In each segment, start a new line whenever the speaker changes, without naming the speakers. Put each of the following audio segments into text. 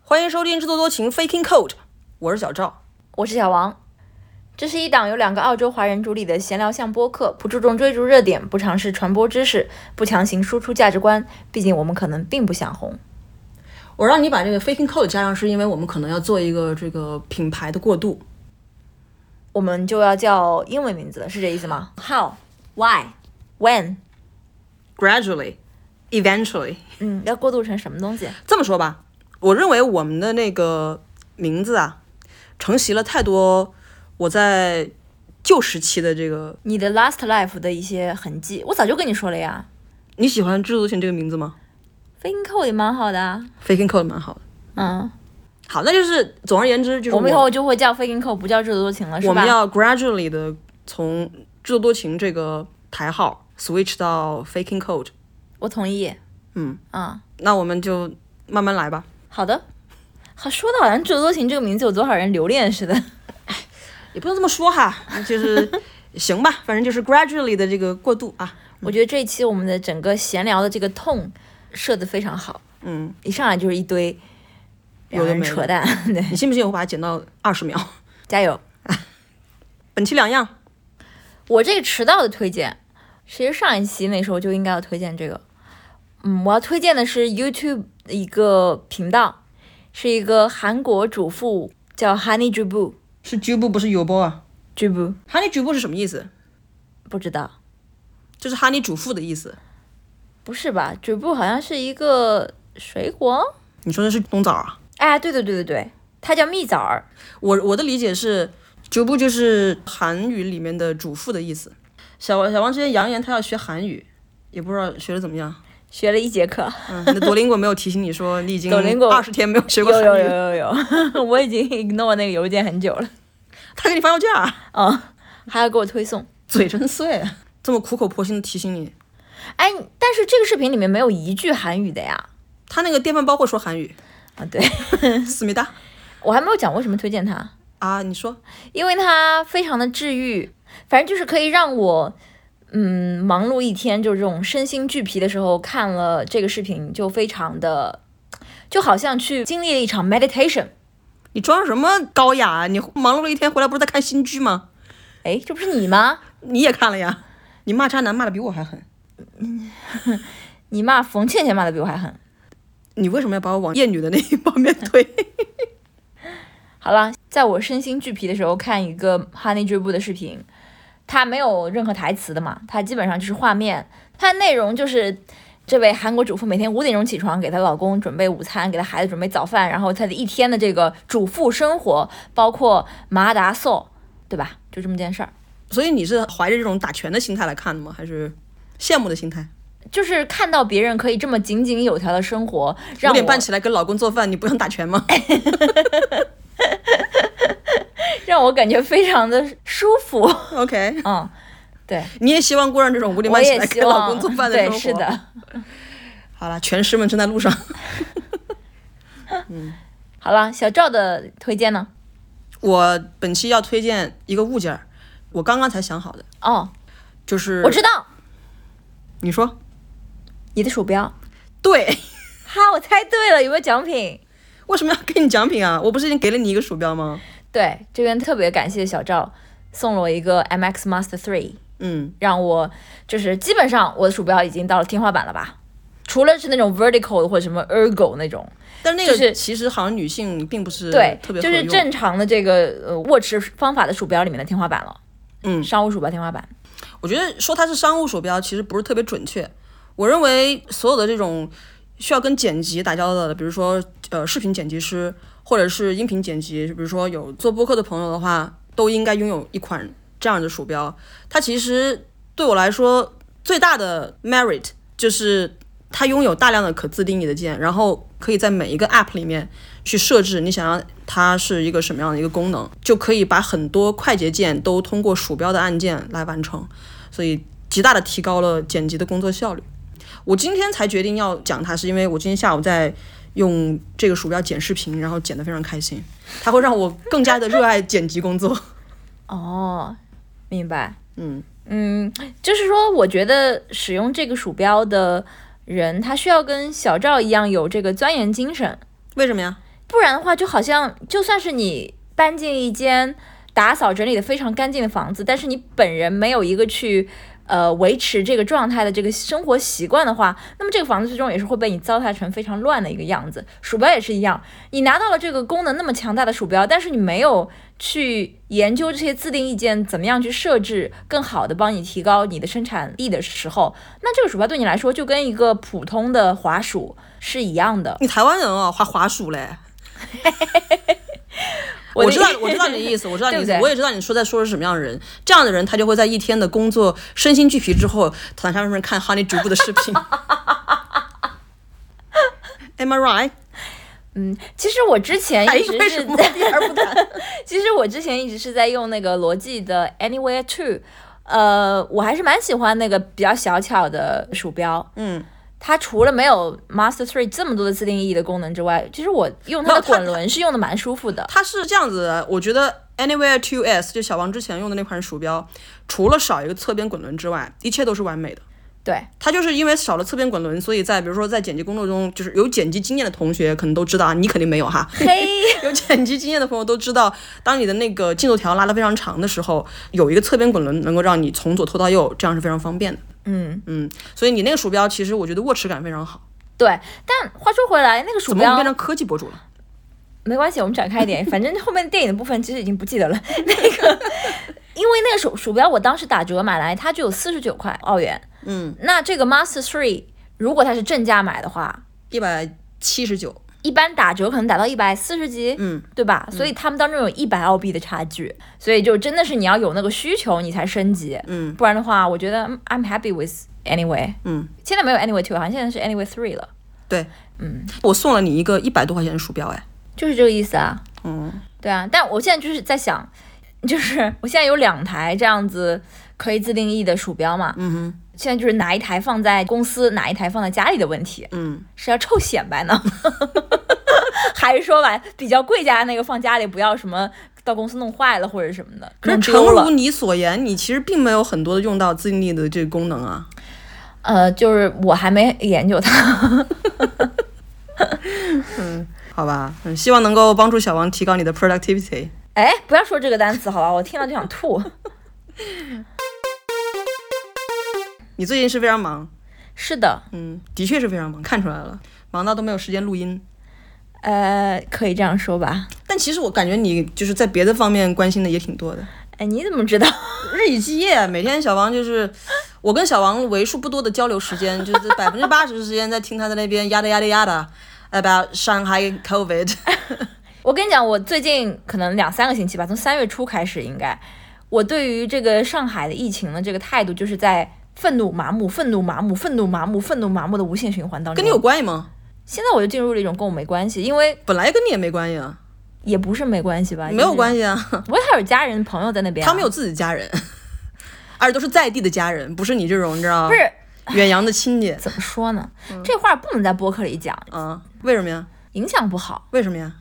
欢迎收听《制作多情 Faking Code》，我是小赵。
我是小王。这是一档由两个澳洲华人主理的闲聊向播客，不注重追逐热点，不尝试传播知识，不强行输出价值观。毕竟我们可能并不想红。
我让你把这个 Faking Code 加上，是因为我们可能要做一个这个品牌的过渡。
我们就要叫英文名字了，是这意思吗
How? Why?
？When？
Gradually, eventually。
嗯，要过渡成什么东西？
这么说吧，我认为我们的那个名字啊，承袭了太多我在旧时期的这个。
你的 last life 的一些痕迹，我早就跟你说了呀。
你喜欢《制作多情》这个名字吗
Faking Code 也蛮好的啊。
？Faking Code 蛮好的。
嗯，
好，那就是总而言之，就是
我们以后就会叫 Faking Code，不叫制作多情了，是
我们
吧？
要 gradually 的从《制作多情》这个台号 switch 到 Faking Code。
我同意。
嗯
嗯，
那我们就慢慢来吧。
好的。好，说的好像制作多情这个名字有多少人留恋似的。
也不能这么说哈，就是行吧，反正就是 gradually 的这个过渡啊。
我觉得这一期我们的整个闲聊的这个痛设得非常好，
嗯，
一上来就是一堆
有
有
的没
人
的
扯淡， 对，
你信不信我把它剪到二十秒？
加油！
本期两样，
我这个迟到的推荐，其实上一期那时候就应该要推荐这个，嗯，我要推荐的是 YouTube 的一个频道，是一个韩国主妇叫 Honey Jubu
是局部不是油包啊。
Jubu，
honey 局部是什么意思？
不知道，
就是 honey 主妇的意思。
不是吧？Jubu 好像是一个水果，
你说的是冬枣啊？
哎，对对对对对，它叫蜜枣儿。
我我的理解是，局部就是韩语里面的主妇的意思。小王小王之前扬言他要学韩语，也不知道学的怎么样。
学了一节课，
嗯，那 多林果没有提醒你说你已经
Duolingo
二十天没有学
有
过韩语，
有有有有， 我已经 ignore 那个邮件很久了。
他给你发邮件啊，
啊，还要给我推送。
嘴真碎，啊 这么苦口婆心的提醒你。
哎，但是这个视频里面没有一句韩语的呀。
他那个电饭煲会说韩 语，
啊，对
思密达
我还没有讲为什么推荐它，
啊，你说
因为它非常的治愈，反正就是可以让我。嗯，忙碌一天就是这种身心俱疲的时候，看了这个视频就非常的，就好像去经历了一场 meditation。
你装什么高雅啊？你忙碌了一天回来不是在看新剧吗？
哎，这不是你吗？
你也看了呀？你骂渣男骂的比我还狠，
你骂冯倩倩骂的比我还狠。
你为什么要把我往厌女的那一方面推？
好了，在我身心俱疲的时候看一个 Honey d r i b 的视频，它没有任何台词的嘛，它基本上就是画面，它的内容就是这位韩国主妇每天五点钟起床，给她老公准备午餐，给她孩子准备早饭，然后她的一天的这个主妇生活，包括麻达颂，对吧？就这么件事儿，
所以你是怀着这种打拳的心态来看的吗？还是羡慕的心态？
就是看到别人可以这么井井有条的生活，
五
让
点
我哎
半起来跟老公做饭，你不想打拳吗？
让我感觉非常的舒服，
OK，
嗯，对，
你也希望过上这种五点
我
半起
也
来
希
跟老
望
公做饭的
对
生，活？
是的。
好了，拳师们正在路上。
好了，小赵的推荐呢？
我本期要推荐一个物件儿，我刚刚才想好的，
哦，
就是
我知道
你说
你的鼠标。
对，
哈，我猜对了，有没有奖品？
为什么要给你奖品啊？我不是已经给了你一个鼠标吗？
对，这边特别感谢小赵送了我一个 MX Master Three，
嗯，
让我就是基本上我的鼠标已经到了天花板了吧，除了是那种 vertical 的或者什么 ergo 那种，
但是那个
就是
其实好像女性并不是
对，
特别
就
合
是
用
正常的这个呃握持方法的鼠标里面的天花板了，
嗯
商务鼠标天花板。
我觉得说它是商务鼠标，其实不是特别准确。我认为所有的这种需要跟剪辑打交道的，比如说呃视频剪辑师，或者是音频剪辑，比如说有做播客的朋友的话，都应该拥有一款这样的鼠标。它其实对我来说最大的 merit 就是它拥有大量的可自定义的键，然后可以在每一个 app 里面去设置你想要它是一个什么样的一个功能，就可以把很多快捷键都通过鼠标的按键来完成。所以极大的提高了剪辑的工作效率。我今天才决定要讲它，是因为我今天下午在用这个鼠标剪视频，然后剪得非常开心，它会让我更加的热爱剪辑工作。
哦，明白。
嗯
嗯，就是说，我觉得使用这个鼠标的人，他需要跟小赵一样有这个钻研精神。
为什么呀？
不然的话，就好像就算是你搬进一间打扫整理的非常干净的房子，但是你本人没有一个去呃维持这个状态的这个生活习惯的话，那么这个房子最终也是会被你糟蹋成非常乱的一个样子。鼠标也是一样，你拿到了这个功能那么强大的鼠标，但是你没有去研究这些自定义键怎么样去设置，更好的帮你提高你的生产力的时候，那这个鼠标对你来说就跟一个普通的滑鼠是一样的。
你台湾人哦，还滑鼠嘞。我知道，我知道你的意思，我知道你的意思，
对不对
我也知道你说在说的是什么样的人。这样的人，他就会在一天的工作身心俱疲之后，躺在上面看 Honey 逐步的视频。Am I right？
嗯，其实我之前
哎
一直
为
是
什么
在，
避而不谈？
其实我之前一直是在用那个罗技的 Anywhere To，呃，我还是蛮喜欢那个比较小巧的鼠标。
嗯，
它除了没有 Master Three 这么多的自定义的功能之外，其实我用它
没有
的
它
滚轮是用的蛮舒服的。
它是这样子的，我觉得 Anywhere 2S 就小王之前用的那款鼠标，除了少一个侧边滚轮之外，一切都是完美的。
对，
它就是因为少了侧边滚轮，所以在比如说在剪辑工作中，就是有剪辑经验的同学可能都知道啊，你肯定没有 哈。
嘿，
有剪辑经验的朋友都知道，当你的那个进度条拉得非常长的时候，有一个侧边滚轮能够让你从左拖到右，这样是非常方便的。
嗯，
嗯，所以你那个鼠标其实我觉得握持感非常好。
对。但话说回来，那个鼠
怎么我们
标
变成科技博主了？
没关系，我们展开一点，反正后面电影的部分其实已经不记得了。 那个，因为那个鼠鼠标我当时打折买来，它只有四十九块澳元。
嗯，
那这个 Master Three 如果它是正价买的话，
一百七十九，
一般打折可能打到一百四十几，
嗯，
对吧？所以他们当中有一百澳币的差距，所以就真的是你要有那个需求你才升级，
嗯
不然的话，我觉得嗯 I'm happy with anyway。
嗯，
现在没有 anyway two，好像现在是 anyway three 了，
对，
嗯，
我送了你一个一百多块钱的鼠标，哎，
就是这个意思啊。
嗯，
对啊，但我现在就是在想，就是我现在有两台这样子可以自定义的鼠标嘛，嗯
哼，
现在就是哪一台放在公司，哪一台放在家里的问题，
嗯，
是要臭显摆呢， 还是说把比较贵价的那个放家里，不要什么到公司弄坏了或者什么的，
可是
弄
诚
丢
如
了，
你所言，你其实并没有很多的用到自定义的这个功能啊。
呃，就是我还没研究它，
好吧，嗯，希望能够帮助小王提高你的 productivity。
哎，不要说这个单词好吧，我听了就想吐。
你最近是非常忙，
是的，
嗯，的确是非常忙，看出来了，忙到都没有时间录音。
呃，可以这样说吧。
但其实我感觉你就是在别的方面关心的也挺多的，
哎，你怎么知道？
日以继夜，每天小王就是我跟小王为数不多的交流时间，就是百分之八十时间在听他在那边呀哒呀哒呀哒 about Shanghai COVID。
我跟你讲，我最近可能两三个星期吧，从三月初开始，应该我对于这个上海的疫情的这个态度，就是在愤怒、麻木、愤怒、麻木、愤怒、麻木、愤怒、麻木的无限循环当中。
跟你有关系吗？
现在我就进入了一种跟我没关系，因为
本来跟你也没关系啊，
也不是没关系吧，
没有关
系。
系啊，
我还有家人朋友在那边啊、
他们有自己的家人， 而且都是在地的家人，不是你这种你知道吗
不是
远洋的亲戚
怎么说呢？这话不能在播客里讲，
啊？为什么呀？
影响不好。
为什么呀？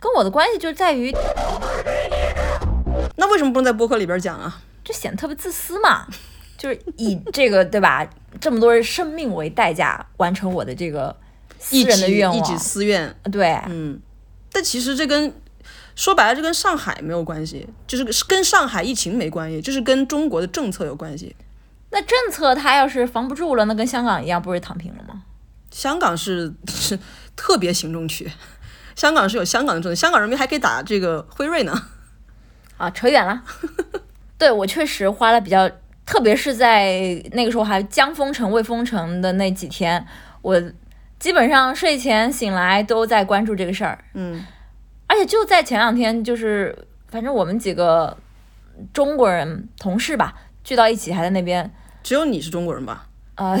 跟我的关系就是在于
那为什么不能在播客里边讲啊？
这显得特别自私嘛，就是以这个对吧，这么多人生命为代价完成我的这个私
一
人的
己
愿
一己
望，
私怨，
对，
嗯，但其实这跟说白了，这跟上海没有关系，就是跟上海疫情没关系，这是跟中国的政策有关系。
那政策它要是防不住了，那跟香港一样，不是躺平了吗？
香港是是特别行政区，香港是有香港的政策，香港人民还可以打这个辉瑞呢。
啊，扯远了。 对我确实花了比较，特别是在那个时候还将封城未封城的那几天，我基本上睡前醒来都在关注这个事儿。
嗯
而且就在前两天，就是反正我们几个中国人同事吧，聚到一起还在那边
只有你是中国人吧？
呃，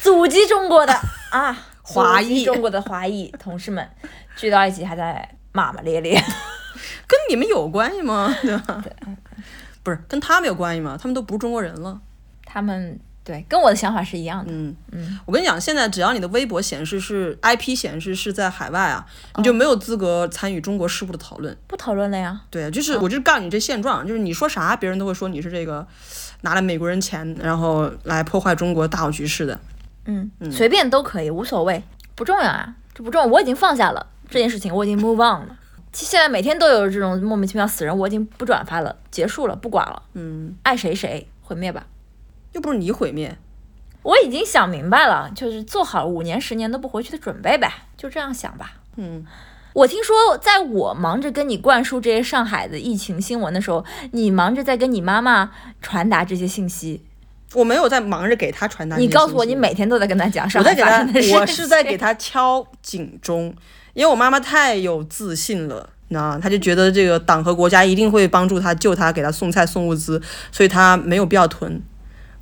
祖籍中国的啊，
华裔
祖籍中国的华裔 同事们聚到一起，还在骂骂咧 咧。
跟你们有关系 吗？对吧？不是跟他们有关系吗？他们都不是中国人了。
他们对跟我的想法是一样的。
嗯嗯，我跟你讲，现在只要你的微博显示是 IP 显示是在海外啊，
哦
你就没有资格参与中国事务的讨论。
不讨论了呀，
对，啊就是我就是告诉你这现状，就是你说啥，别人都会说你是这个拿了美国人钱，然后来破坏中国大好局势的。嗯
嗯，随便都可以，无所谓，不重要啊。这不重要，我已经放下了这件事情，我已经 move on 了。其实现在每天都有这种莫名其妙死人，我已经不转发了，结束了，不管了，
嗯，
爱谁谁，毁灭吧。
又不是你毁灭，
我已经想明白了，就是做好五年、十年都不回去的准备呗，就这样想吧。
嗯，
我听说，在我忙着跟你灌输这些上海的疫情新闻的时候，你忙着在跟你妈妈传达这些信息。
我没有在忙着给他传达这
你
些信息。
告诉我，你每天都在跟她讲上
我
海
在给
发
他
生的事，情。
我是在给他敲警钟，因为我妈妈太有自信了。那她就觉得这个党和国家一定会帮助她、救她、给她送菜送物资，所以她没有必要囤。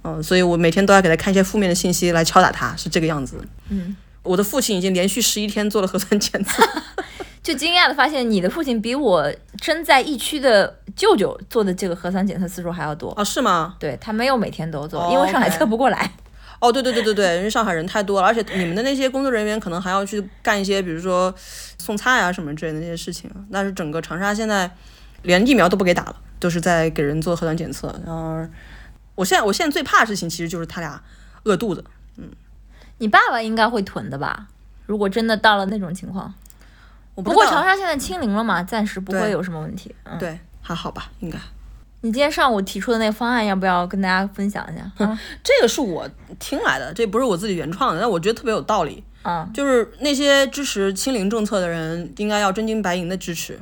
嗯，所以我每天都要给她看一些负面的信息来敲打她，是这个样子。
嗯，
我的父亲已经连续十一天做了核酸检 测，
就惊讶的发现，你的父亲比我身在疫区的舅舅做的这个核酸检测次数还要多。
哦，是吗？
对他没有每天都做，
哦
因为上海
OK
测不过来。
哦，对对对对对，因为上海人太多了，而且你们的那些工作人员可能还要去干一些，比如说送菜啊什么之类的那些事情。但是整个长沙现在连疫苗都不给打了，都是在给人做核酸检测。然后我现在我现在最怕的事情其实就是他俩饿肚子。
你爸爸应该会囤的吧？如果真的到了那种情况，
我
不
知
过
道
长沙现在清零了嘛，暂时不会
对
有什么问题。嗯，
对还好吧，应该
你今天上午提出的那个方案，要不要跟大家分享 一下？啊
这个是我听来的，这不是我自己原创的，但我觉得特别有道理。
啊，
就是那些支持清零政策的人，应该要真金白银的支持。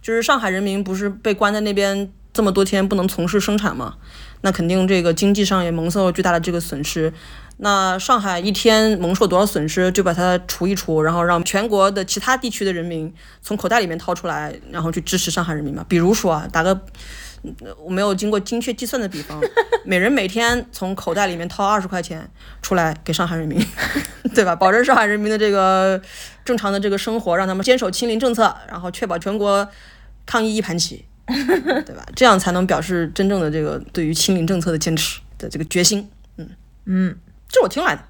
就是上海人民不是被关在那边这么多天，不能从事生产嘛？那肯定这个经济上也蒙受了巨大的这个损失。那上海一天蒙受多少损失，就把它除一除，然后让全国的其他地区的人民从口袋里面掏出来，然后去支持上海人民嘛。比如说啊，打个嗯我没有经过精确计算的比方，每人每天从口袋里面掏二十块钱出来给上海人民， 对吧？保证上海人民的这个正常的这个生活，让他们坚守清零政策，然后确保全国抗疫一盘 棋，对吧？这样才能表示真正的这个对于清零政策的坚持的这个决心。嗯
嗯，
这是我听来的。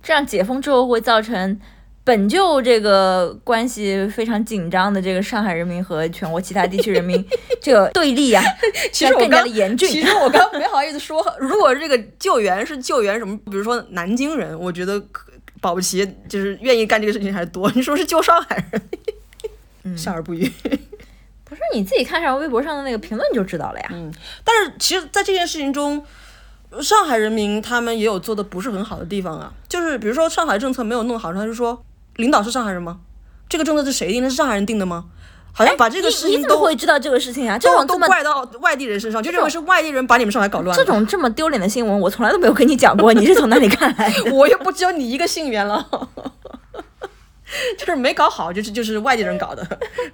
这样解封之后会造成本就这个关系非常紧张的这个上海人民和全国其他地区人 民这个对立 呀、
其实我
更加
刚
的严
其
峻。
实我刚没好意思说，如果这个救援是救援什么，比如说南京人，我觉得可保不齐就是愿意干这个事情还是多。你说是救上海
嗯
人， 笑而不语。
不是你自己看上微博上的那个评论就知道了呀。
但是其实，在这件事情中，上海人民他们也有做的不是很好的地方啊，就是比如说上海政策没有弄好，他就说领导是上海人吗？这个政策是谁定的？是上海人定的吗？好像把这个事
哎你你
情
怎么
都
会知道这个事情啊？这
都
种这
都
么
怪到外地人身上，就认为是外地人把你们上海搞乱
这
了。
种这么丢脸的新闻，我从来都没有跟你 讲过，你是从哪里看来的？
我又不只有你一个信源了， 就是没搞好，就是就是外地人搞的，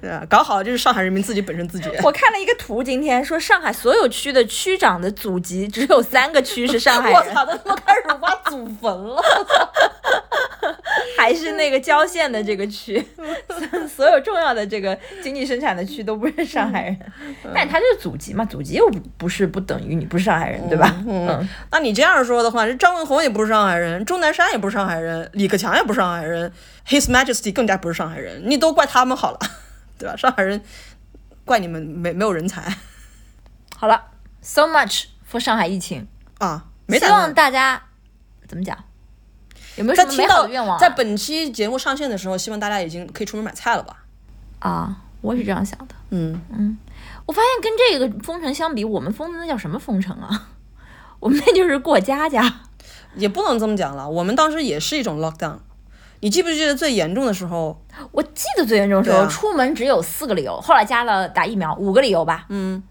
对吧？搞好就是上海人民自己本身自觉。
我看了一个图，今天说上海所有区的区长的祖籍只有三个区是上 海
我
人，
操，都他妈开始挖祖坟了。
还是那个郊县的这个 区，所有重要的这个经济生产的区都不是上海人，
嗯
但他就是祖籍嘛，祖籍又不不是不等于你不是上海人，对吧？嗯，
那你这样说的话，这张文宏也不是上海人，钟南山也不是上海人，李克强也不是上海人，His Majesty 更加不是上海人，你都怪他们好了，对吧？上海人怪你们没没有人才
好了，so much for 上海疫情，
啊，没
希
胆
望
量。
大家怎么讲，有没有
在
什么
听
美好
到
的愿望啊、
在本期节目上线的时候，希望大家已经可以出门买菜了吧？
啊，我也是这样想的。
嗯，
我发现跟这个封城相比，我们封的那叫什么封城啊？ 我们那就是过家家。
也不能这么讲了，我们当时也是一种 lockdown。你记不记得最严重的时候？
我记得最严重的时
对
候，
啊
出门只有四个理由，后来加了打疫苗五个理由吧。嗯，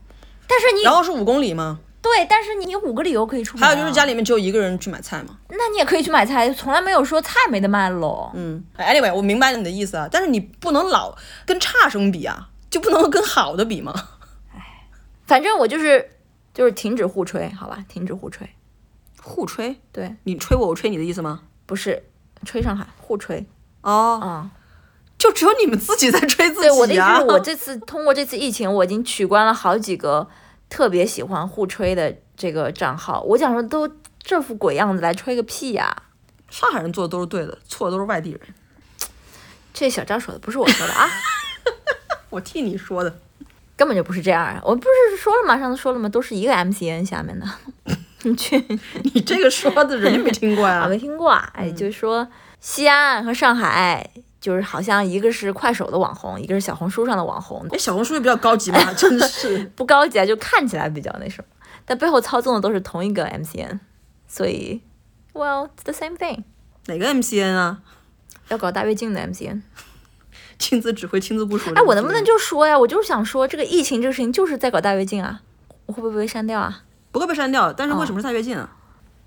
但是你
然后是五公里嘛，
对，但是你有五个理由可以出门、啊
还有就是，家里面只有一个人去买菜嘛。
那你也可以去买菜，从来没有说菜没得卖喽。
嗯，anyway，我明白你的意思啊，但是你不能老跟差生比啊，就不能跟好的比吗？
反正我就是就是停止互吹，好吧，停止互吹。
互吹，
对，
你吹我，我吹你的意思吗？
不是吹上海互吹
哦，
啊。
就只有你们自己在吹自己、啊。
对，我的意思就是，我这次通过这次疫情，我已经取关了好几个特别喜欢互吹的这个账号。我想说，都这副鬼样子来吹个屁呀、
上海人做的都是对的，错的都是外地人。
这小张说的不是我说的啊，
我替你说的，
根本就不是这样啊！我不是说了吗？上次说了吗？都是一个 MCN 下面的，你去
你 这个说的人家没听过呀、
啊，没听过啊？哎，就是说西安和上海就是好像一个是快手的网红，一个是小红书上的网红，
哎，小红书也比较高级 嘛，真是。
不高级啊，就看起来比较那什么，但背后操纵的都是同一个 MCN，所以，well it's the same thing，
哪个 MCN 啊？
要搞大跃进的 MCN。
亲自指挥、亲自部署。
哎，我能不能就说呀？我就是想说，这个疫情这个事情就是在搞大跃进啊，我会不会被删掉啊？
不会被删掉？但是为什么是大跃进啊？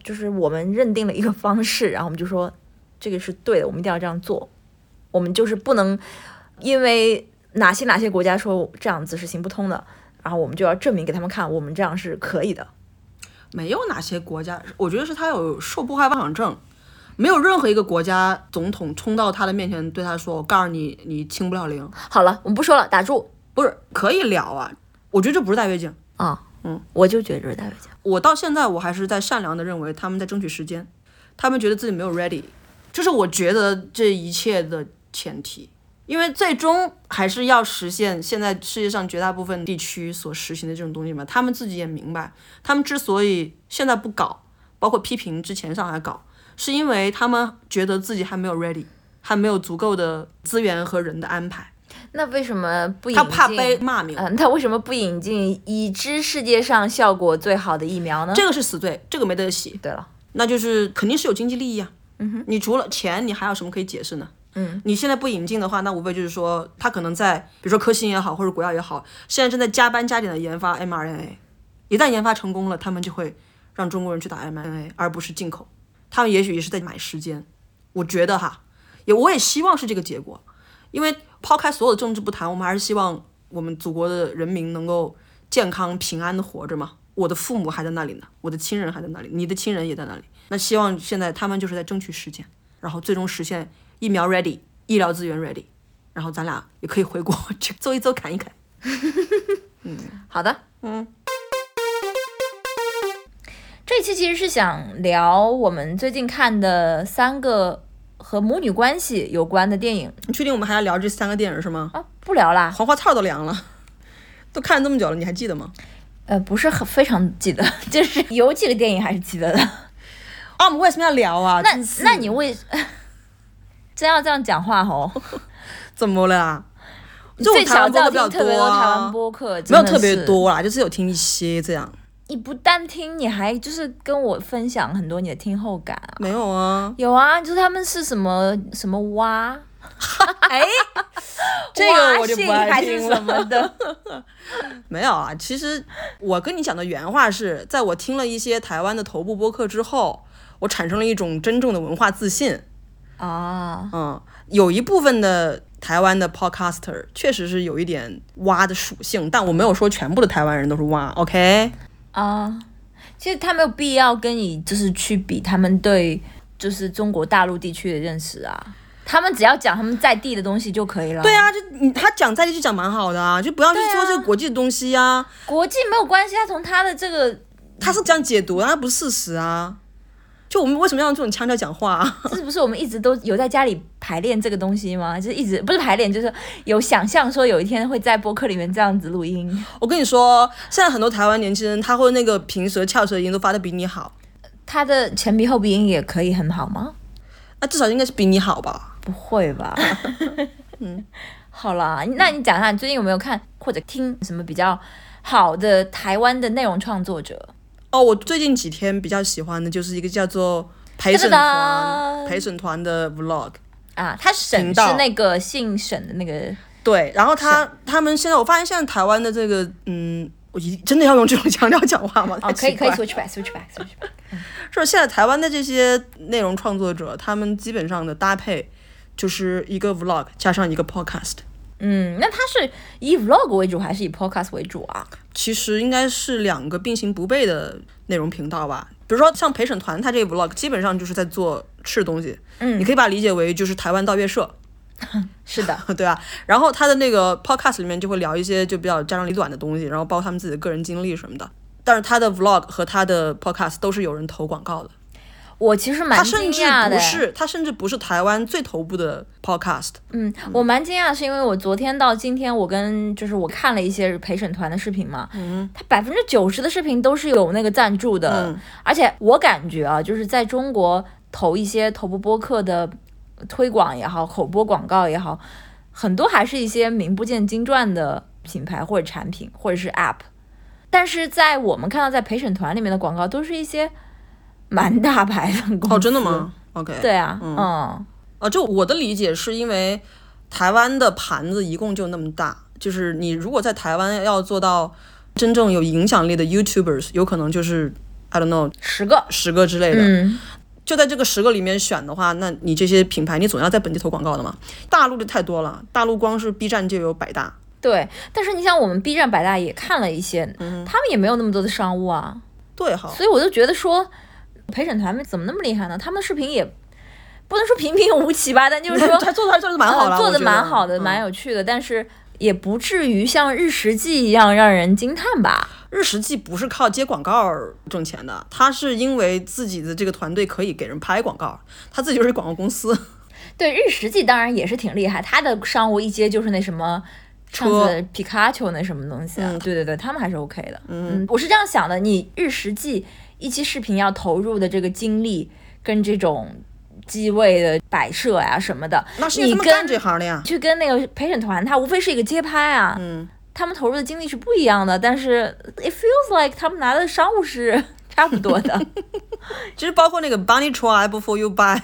就是我们认定了一个方式，然后我们就说这个是对的，我们一定要这样做。我们就是不能因为哪些哪些国家说这样子是行不通的，然后我们就要证明给他们看，我们这样是可以的。
没有哪些国家，我觉得是他有受迫害妄想症，没有任何一个国家总统冲到他的面前对他说：“我告诉你，你清不了零。
好了，我们不说了，打住。”
不是可以聊啊，我觉得这不是大跃进。
啊、
嗯，
我就觉得这是大跃进。
我到现在我还是在善良的认为他们在争取时间，他们觉得自己没有 ready，这是我觉得这一切的前提，因为最终还是要实现现在世界上绝大部分地区所实行的这种东西嘛。他们自己也明白，他们之所以现在不搞，包括批评之前上海搞，是因为他们觉得自己还没有 ready，还没有足够的资源和人的安排，
那为什么不引
他
进？
怕被骂名。
嗯，那为什么不引进已知世界上效果最好的疫苗呢？
这个是死罪，这个没得洗。
对了，
那就是肯定是有经济利益啊。嗯哼，你除了钱，你还有什么可以解释呢？嗯，你现在不引进的话，那无非就是说，他可能在比如说科兴也好，或者国药也好，现在正在加班加点的研发 mRNA，一旦研发成功了，他们就会让中国人去打 mRNA，而不是进口。他们也许也是在买时间，我觉得哈，也我也希望是这个结果，因为抛开所有的政治不谈，我们还是希望我们祖国的人民能够健康平安的活着嘛。我的父母还在那里呢，我的亲人还在那里，你的亲人也在那里。那希望现在他们就是在争取时间，然后最终实现疫苗 ready，医疗资源 ready，然后咱俩也可以回国去走一走，砍一砍。
好的，嗯。这一期其实是想聊我们最近看的三个和母女关系有关的电影
你确定我们还要聊这三个电影是吗？
啊，不聊啦，
黄花菜都凉了，都看了这么久了，你还记得吗？
呃，不是很非常记得， 就是有几个电影还是记得的。
啊，我们为什么要聊啊？
那
真是
那你为真要这样讲话 哦，
怎么了啦？
你
这我
最
台
小
湾播
要
客比较
听特别多台湾
啊，
播客，真
没有
的
特别
是。
多啦，就是有听一些这样。
你不但听，你还就是跟我分享很多你的听后感啊。
没有啊，
有啊，就是他们是什么什么蛙， 哎，
这个我就不爱
蛙性还是
听了
什 么的。
没有啊，其实我跟你讲的原话是在我听了一些台湾的头部播客之后，我产生了一种真正的文化自信。
啊，
嗯，有一部分的台湾的 podcaster 确实是有一点蛙的属性，但我没有说全部的台湾人都是蛙。OK，
啊，其实他没有必要跟你就是去比他们对就是中国大陆地区的认识啊，他们只要讲他们在地的东西就可以了。
对，啊，就你他讲在地就讲蛮好的啊，就不要去说这个国际的东西呀、啊，
国际没有关系，他啊从他的这个
他是这样解读啊，那不是事实啊。就我们为什么要用这种腔调讲话、啊？
这不是我们一直都有在家里排练这个东西吗？就是一直不是排练，就是有想象说有一天会在播客里面这样子录音。
我跟你说，现在很多台湾年轻人他会那个平舌翘舌音都发的比你好，
他的前鼻后鼻音也可以很好吗？
那啊至少应该是比你好吧？
不会 吧？嗯，好啦，那你讲一下你最近有没有看或者听什么比较好的台湾的内容创作者？
哦，我最近几天比较喜欢的就是一个叫做陪审
哒哒
团
哒
陪审团的 vlog。
啊，他
频
沈
道
是那个姓沈的那个，
对，然后他他们现在，我发现现在台湾的这个，嗯，我一真的要用这种腔调讲话吗？
哦， 可以可以
说，
switch back switch back switch back。
就是现在台湾的这些内容创作者，他们基本上的搭配就是一个 vlog 加上一个 podcast，
嗯，那他是以 vlog 为主还是以 podcast 为主啊？
其实应该是两个并行不悖的内容频道吧。比如说像陪审团，他这个 vlog 基本上就是在做吃的东西，
嗯
你可以把它理解为就是台湾盗月社，
是的，
对吧？然后他的那个 podcast 里面就会聊一些就比较家长里短的东西，然后包括他们自己的个人经历什么的。但是他的 vlog 和他的 podcast 都是有人投广告的，
我其实蛮
他
惊
甚至
讶
不
的欸。
是他甚至不是台湾最头部的 podcast，
嗯，我蛮惊讶，是因为我昨天到今天，我跟就是我看了一些陪审团的视频嘛，嗯，他百分之九十的视频都是有那个赞助
嗯
的，而且我感觉啊，就是在中国投一些头部播客的推广也好，口播广告也好，很多还是一些名不见经传的品牌或者产品或者是 App。但是在我们看到在陪审团里面的广告，都是一些蛮大牌的公司。
哦，真的？吗？OK，
对啊，
嗯
嗯
啊，就我的理解是因为台湾的盘子一共就那么大，就是你如果在台湾要做到真正有影响力的 YouTubers，有可能就是 I don't know
十个，
十个之类的。
嗯，
就在这个十个里面选的话，那你这些品牌你总要在本地投广告的嘛。大陆就太多了，大陆光是 B 站就有百大，
对。但是你想，我们 B 站百大也看了一些，
嗯
他们也没有那么多的商务啊，
对好，
所以我就觉得说，陪审团们怎么那么厉害呢？他们的视频也不能说平平无奇吧，但就是说
还 做的还做的蛮好
呃
了，
做
我
的
觉得
蛮好的，
嗯
蛮有趣的，但是也不至于像日食记一样让人惊叹吧？
日食记不是靠接广告儿挣钱的，他是因为自己的这个团队可以给人拍广告，他自己就是广告公司。
对，日食记当然也是挺厉害，它的商务一接就是那什么。上
车
次皮卡丘那什么东西啊？
嗯
对对对，他们还是 OK 的。嗯，我是这样想的，你日食记一期视频要投入的这个精力跟这种机位的摆设呀、什么的，
那是因为他们
你跟
干这行的呀。
去跟那个陪审团，他无非是一个街拍啊，
嗯，
他们投入的精力是不一样的，但是 it feels like 他们拿的商务是 差不多的，
其实包括那个 Bunny Try Before You Buy，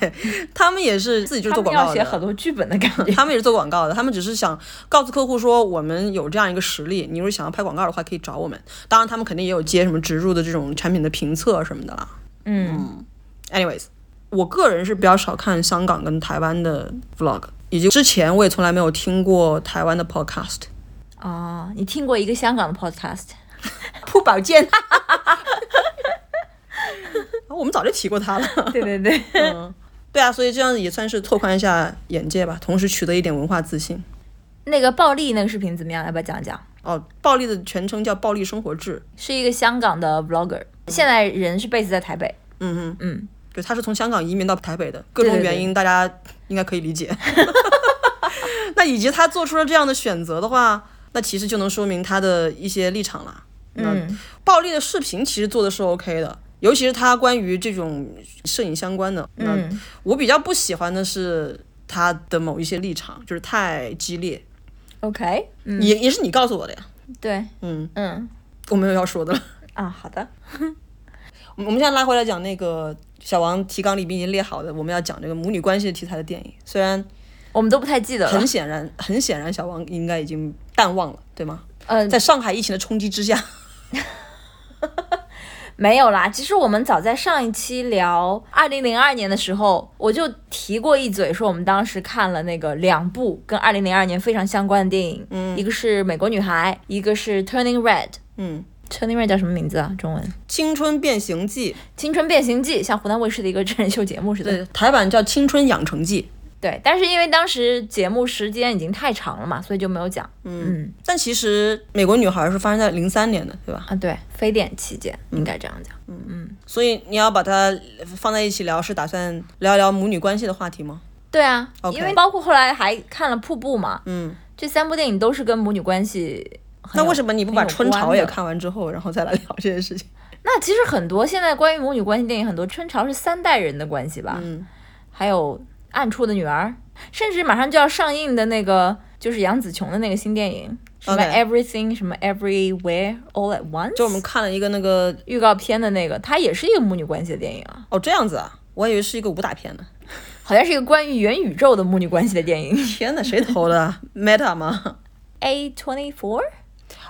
他 们也是自己 就是
他
做
们
广
要
告
写很
的。
多剧本的感觉。
他们也是做广告的，他们只是想告诉客户说，我们有这样一个实力，你如果想要拍广告的话，可以找我们。当然，他们肯定也有接什么植入的这种产品的评测什么的啦。
嗯，
Anyways，我个人是比较少看香港跟台湾的 vlog，以及之前我也从来没有听过台湾的 podcast。
哦，你听过一个香港的 podcast？
朴宝剑，啊我们早就提过 他了。
对对对，
对啊，所以这样也算是拓宽一下眼界吧，同时取得一点文化自信。
那个暴力那个视频怎么样？要不要讲讲？
哦，暴力的全称叫暴力生活志。
是一个香港的 vlogger，现在人是 base 在台北。
嗯哼，
嗯，
对，他是从香港移民到台北的，各种
对对对
原因大家应该可以理解。 那以及他做出了这样的选择的话，那其实就能说明他的一些立场啦。那
嗯
暴力的视频其实做的是 OK 的，尤其是他关于这种摄影相关的。那
嗯
我比较不喜欢的是他的某一些立场，就是太激烈，
，OK，嗯，
也也是你告诉我的呀。
对，
嗯，
嗯
我没有要说的了。
啊，好的，
我们现在拉回来讲那个小王提纲里边已经列好的，我们要讲这个母女关系题材的电影。虽然
我们都不太记得了
很。显然，很显然，小王应该已经淡忘了，对吗？
呃，
在上海疫情的冲击之下，
没有啦，其实我们早在上一期聊二零零二年的时候，我就提过一嘴，说我们当时看了那个两部跟二零零二年非常相关的电影，嗯，一个是《美国女孩》，一个是《Turning Red》。
嗯，
Turning Red 叫什么名字啊？中文《
《青春变形记
青春变形记》，像湖南卫视的一个真人秀节目似》的。
对，台版叫《青春养成记》。
对但是因为当时节目时间已经太长了嘛，所以就没有讲。嗯
但其实《美国女孩》是发生在零三年的，对吧？
啊，对，非典期间应该这样讲。
嗯所以你要把它放在一起聊，是打算聊一聊母女关系的话题吗？
对啊
OK
因为包括后来还看了《瀑布》嘛，
嗯，
这三部电影都是跟母女关系很有。
那为什么你不把《
很有
春潮》
关
也
的
看完之后，然后再来聊这件事情？
那其实很多现在关于母女关系电影，很多春潮是三代人的关系吧，
嗯，
还有暗处的女儿，甚至马上就要上映的那个就是杨紫琼的那个新电影，什么
OK
Everything 什么 Everywhere All at Once，
就我们看了一个那个
预告片的那个，它也是一个母女关系的电影啊，
哦，这样子啊，我以为是一个武打片呢。
好像是一个关于元宇宙的母女关系的电影。
天哪，谁投的 啊？Meta 吗？
A twenty four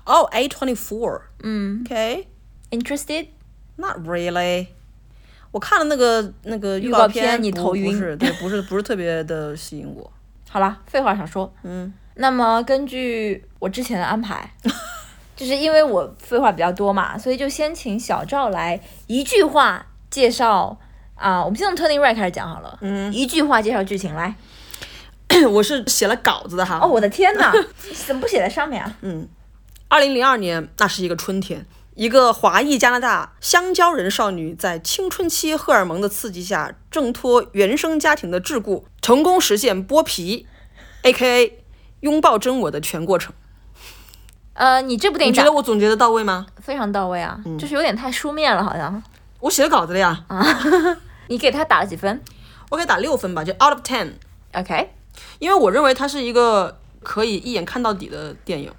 哦，A twenty four。嗯，OK，not
interested？
really。我看了那个那个预
预告
片
片，你
不
头晕
不是，对，不是不是特别的吸引我。
好啦，废话少说，
嗯，
那么根据我之前的安排， 就是因为我废话比较多嘛，所以就先请小赵来一句话介绍啊、我们先从 Turning Red 开始讲好了，嗯，一句话介绍剧情来。
我是写了稿子的哈。
哦，我的天 哪，你怎么不写在上面啊？
嗯二零零二年，那是一个春天，一个华裔加拿大香蕉人少女在青春期荷尔蒙的刺激下，挣脱原生家庭的桎梏，成功实现剥皮，A.K.A. 拥抱真我的全过程。
呃，你这部电
你
影
觉
讲
得我嗯总结的到位吗？
非常到位啊，就是有点太书面了，好像。
我写了稿子了呀，
你给他打了几分？
我给打六分吧，就 out of ten。
OK，
因为我认为它是一个可以一眼看到底的电影，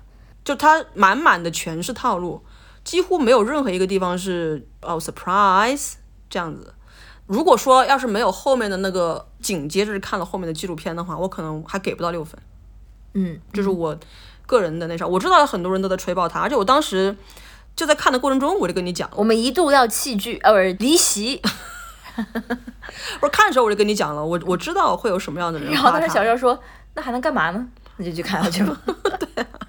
就它满满的全是套路，几乎没有任何一个地方是哦 surprise 这样子。如果说要是没有后面的那个紧接着看了后面的纪录片的话，我可能还给不到六分，
嗯，
这是我个人的那啥。我知道很多人都在吹爆它，而且我当时就在看的过程中，我就跟你讲，
我们一度要弃剧，呃，不是离席。
不是看的时候我就跟你讲了，我我知道会有什么样的人
然后
夸
当时小
它，
赵说：“那还能干嘛呢？那就去看下去吧。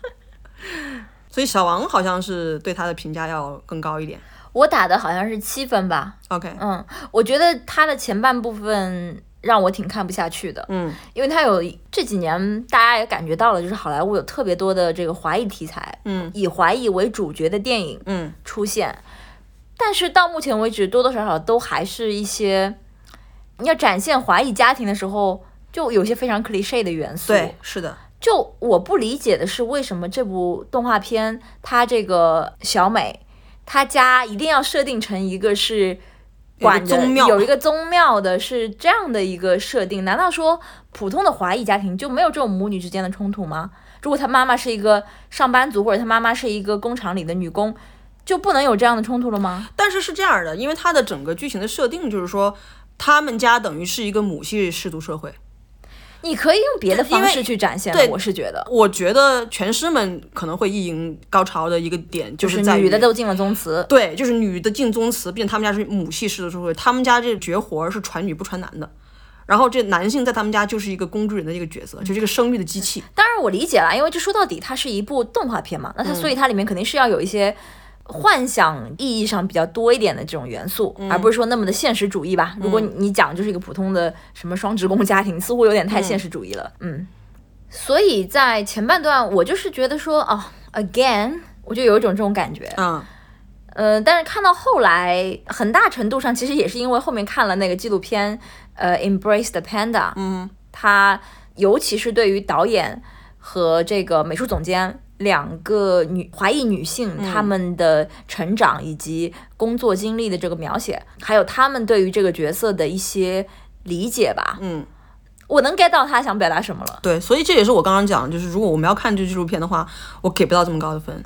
所以小王好像是对他的评价要更高一点。”
我打的好像是七分吧，
OK，
嗯，我觉得它的前半部分让我挺看不下去的，
嗯，
因为它有这几年大家也感觉到了，就是好莱坞有特别多的这个华裔题材，
嗯，
以华裔为主角的电影
嗯
出现，但是到目前为止，多多少少都还是一些你要展现华裔家庭的时候，就有些非常 cliche 的元素，
对，是的，
就我不理解的是，为什么这部动画片它这个小美，她家一定要设定成一个是管着
有一个宗庙
有一个宗庙的，是这样的一个设定？难道说普通的华裔家庭就没有这种母女之间的冲突吗？如果她妈妈是一个上班族，或者她妈妈是一个工厂里的女工，就不能有这样的冲突了吗？
但是是这样的，因为它的整个剧情的设定就是说，他们家等于是一个母系氏族社会。
你可以用别的
因为
方式去展现
对
我是觉得，
我觉得全师们可能会意淫高潮的一个点就
就是
在于
女的都进了宗祠，
对，就是女的进宗祠，并且他们家是母系氏族社会，他们家这绝活儿是传女不传男的。然后这男性在他们家就是一个工具人的一个角色，就是一个生育的机器。
当然我理解了，因为这说到底它是一部动画片嘛，那它所以它里面肯定是要有一些幻想意义上比较多一点的这种元素，而不是说那么的现实主义吧。如果你你讲就是一个普通的什么双职工家庭，似乎有点太现实主义了。嗯，所以在前半段我就是觉得说哦，again，我就有一种这种感觉。
嗯，
呃，但是看到后来，很大程度上其实也是因为后面看了那个纪录片，呃，《Embrace the Panda》，嗯，他尤其是对于导演和这个美术总监两个女华裔女性她们的成长以及工作经历的这个描写，还有她们对于这个角色的一些理解吧，
嗯，
我能 get 到他想表达什么了。
对，所以这也是我刚刚讲的，就是如果我们要看这纪录片的话，我给不到这么高的分。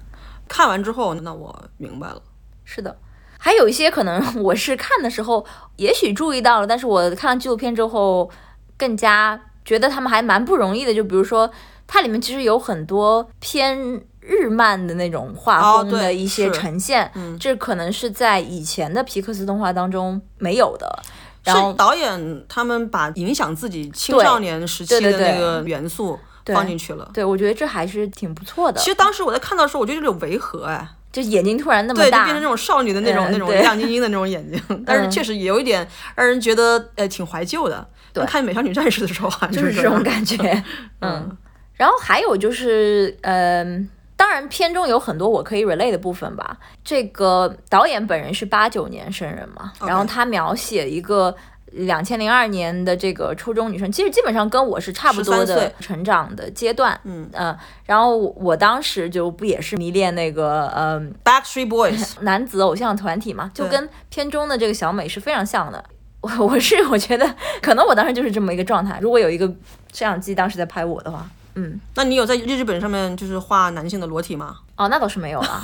看完之后，那我明白了。
是的，还有一些可能 我是看的时候也许注意到了，但是我看了纪录片之后，更加觉得他们还蛮不容易的。就比如说，它里面其实有很多偏日漫的那种画
哦
风的
对
一些
是嗯
呈现，这可能是在以前的皮克斯动画当中没有的。然后
是导演他们把影响自己青少年时期的
对对对
那个元素放进去了。
对，我觉得这还是挺不错的
其，实当时我在看到的时候，我觉得有点违和哎，
就眼睛突然那么
对，就
大，
变成那种少女的那种、
嗯
那种
对嗯
亮晶晶的那种眼 睛，但是确实也有一点让人觉得呃挺怀旧的。
对
看《美少女战士》的时候啊好像
就是
这
这
样
种感觉。 嗯，然后还有就是，嗯、当然片中有很多我可以 relate 的部分吧。这个导演本人是八九年生人嘛，
OK
然后他描写一个。两千零二年的这个初中女生，其实基本上跟我是差不多
13岁
的成长的阶段，
嗯
呃，然后我我当时就不也是迷恋那个嗯、
Backstreet Boys，
男子偶像团体嘛，就
对
跟片中的这个小美是非常像的。 我我是我觉得，可能我当时就是这么一个状态。如果有一个摄像机当时在拍我的话，嗯，
那你有在日志本上面就是画男性的裸体吗？
哦，那倒是没有了。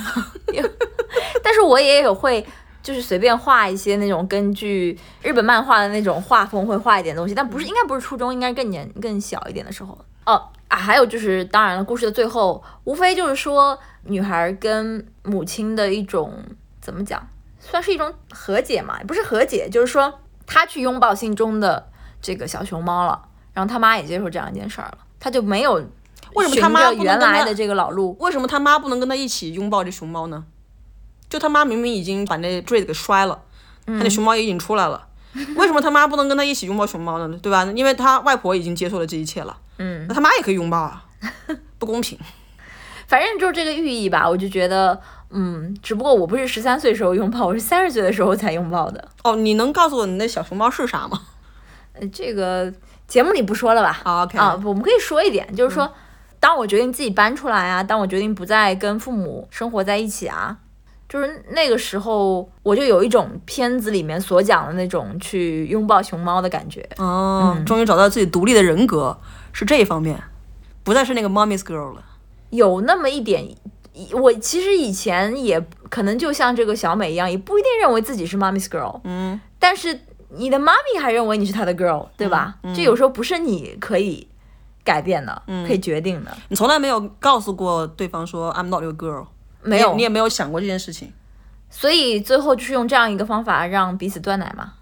因为 但是我也有会，就是随便画一些那种根据日本漫画的那种画风会画一点东西，但
嗯
不是应该不是初中，应该是更年更小一点的时候。哦啊，还有就是，当然了，故事的最后无非就是说女孩跟母亲的一种怎么讲，算是一种和解嘛，也不是和解，就是说她去拥抱心中的这个小熊猫了，然后她妈也接受这样一件事儿了，她就没有
为什么
循
她妈
着
不能
原
跟
来
她
的这个老路。
为什么他妈不能跟他一起拥抱这熊猫呢？就他妈明明已经把那坠子给摔了，
嗯
他那熊猫也已经出来了，为什么他妈不能跟他一起拥抱熊猫呢？对吧？因为他外婆已经接受了这一切了，嗯，那他妈也可以拥抱 啊，不公平。
反正就是这个寓意吧，我就觉得，嗯，只不过我不是十三岁时候拥抱，我是三十岁的时候才拥抱的。
哦，你能告诉我你那小熊猫是啥吗
呃，这个节目里不说了吧？嗯
啊？OK，
啊，我们可以说一点，就是说，当我决定自己搬出来啊，当我决定不再跟父母生活在一起啊，就是那个时候我就有一种片子里面所讲的那种去拥抱熊猫的感觉。
哦，
嗯
终于找到自己独立的人格，是这一方面，不再是那个 mommy's girl 了。
有那么一点，一我其实以前也可能就像这个小美一样，也不一定认为自己是 mommy's girl，
嗯，
但是你的妈咪还认为你是她的 girl，对吧？
嗯
这有时候不是你可以改变的，可以决定的。
你从来没有告诉过对方说 I'm not your girl，
没有
你也，你也没有想过这件事情。
所以最后就是用这样一个方法让彼此断奶嘛。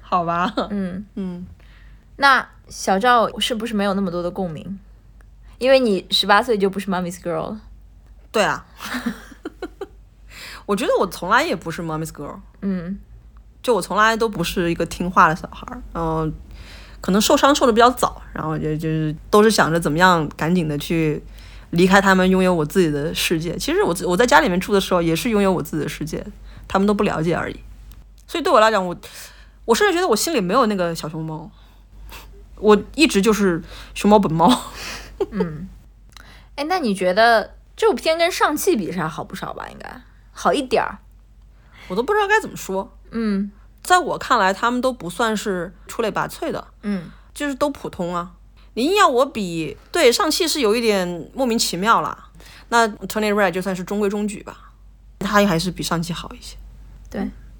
好吧，
嗯，
嗯，
那小赵是不是没有那么多的共鸣？因为你十八岁就不是 mommy's girl 了。
对啊， 我觉得我从来也不是 mommy's girl，
嗯，
就我从来都不是一个听话的小孩儿，嗯、可能受伤受的比较早，然后也就是都是想着怎么样赶紧的去离开他们，拥有我自己的世界。其实我自我在家里面住的时候也是拥有我自己的世界，他们都不了解而已。所以对我来讲，我我甚至觉得我心里没有那个小熊猫，我一直就是熊猫本猫。
哎，那你觉得这部片跟上汽比是还好不少吧？应该好一点儿。
我都不知道该怎么说。
嗯
在我看来，他们都不算是出类拔萃的，
嗯，
就是都普通啊。你硬要我比，对上汽是有一点莫名其妙啦。那 Tony Red 就算是中规中矩吧，他还是比上汽好一些。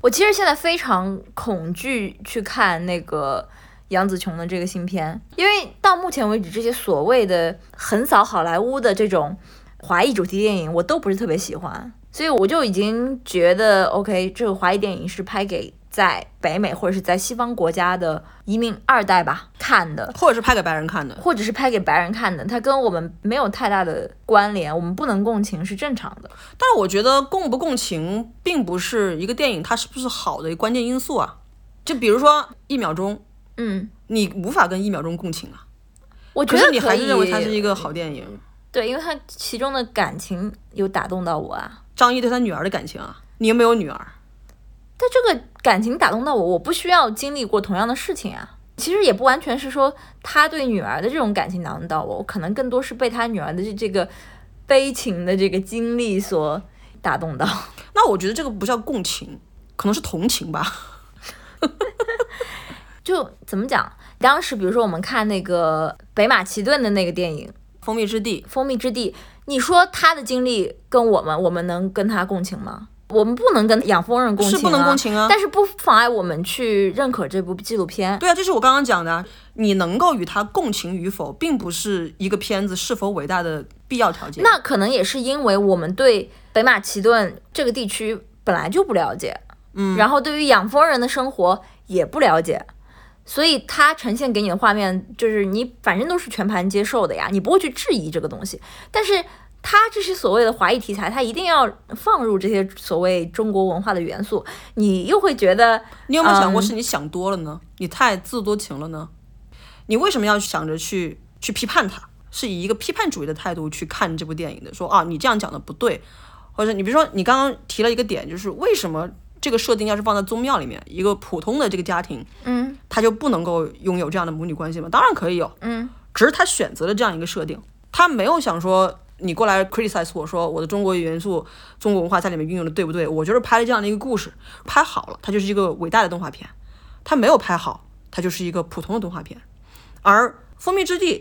我其实现在非常恐惧去看那个杨紫琼的这个新片，因为到目前为止，这些所谓的横扫好莱坞的这种华裔主题电影，我都不是特别喜欢，所以我就已经觉得，OK，这个华裔电影是拍给在北美或者是在西方国家的移民二代吧看的，
或者是拍给白人看的，
或者是拍给白人看的，它跟我们没有太大的关联，我们不能共情是正常的。
但是我觉得共不共情并不是一个电影它是不是好的关键因素啊。就比如说一秒钟，
嗯，
你无法跟一秒钟共情啊，
我觉
可
得
是你还
以
是认为它是一个好电影。
对，因为他其中的感情有打动到我啊。
张译对他女儿的感情啊，你又没有女儿，
但这个感情打动到我，我不需要经历过同样的事情啊。其实也不完全是说他对女儿的这种感情打动到我，我可能更多是被他女儿的这这个悲情的这个经历所打动到。
那我觉得这个不叫共情，可能是同情 吧。
就怎么讲？当时比如说我们看那个北马其顿的那个电影
蜂蜜之地
《蜂蜜之地》，你说他的经历跟我们，我们能跟他共情吗？我们不能跟养蜂人共情、啊，
是不能共情啊。
但是不妨碍我们去认可这部纪录片。
对啊，这是我刚刚讲的，你能够与他共情与否，并不是一个片子是否伟大的必要条件。
那可能也是因为我们对北马其顿这个地区本来就不了解，嗯，然后对于养蜂人的生活也不了解，所以它呈现给你的画面就是你反正都是全盘接受的呀，你不会去质疑这个东西。但是它这些所谓的华裔题材，它一定要放入这些所谓中国文化的元素，你又会觉得
你有没有想过
嗯
是你想多了呢？你太自多情了呢？你为什么要想着去去批判他？是以一个批判主义的态度去看这部电影的，说啊，你这样讲的不对，或者你比如说你刚刚提了一个点，就是为什么这个设定要是放在宗庙里面，一个普通的这个家庭，
嗯
他就不能够拥有这样的母女关系吗？当然可以有，
嗯
只是他选择了这样一个设定，他没有想说你过来 criticize 我说我的中国元素、中国文化在里面运用的对不对？我就是拍了这样的一个故事，拍好了，它就是一个伟大的动画片；他没有拍好，它就是一个普通的动画片。而《蜂蜜之地》，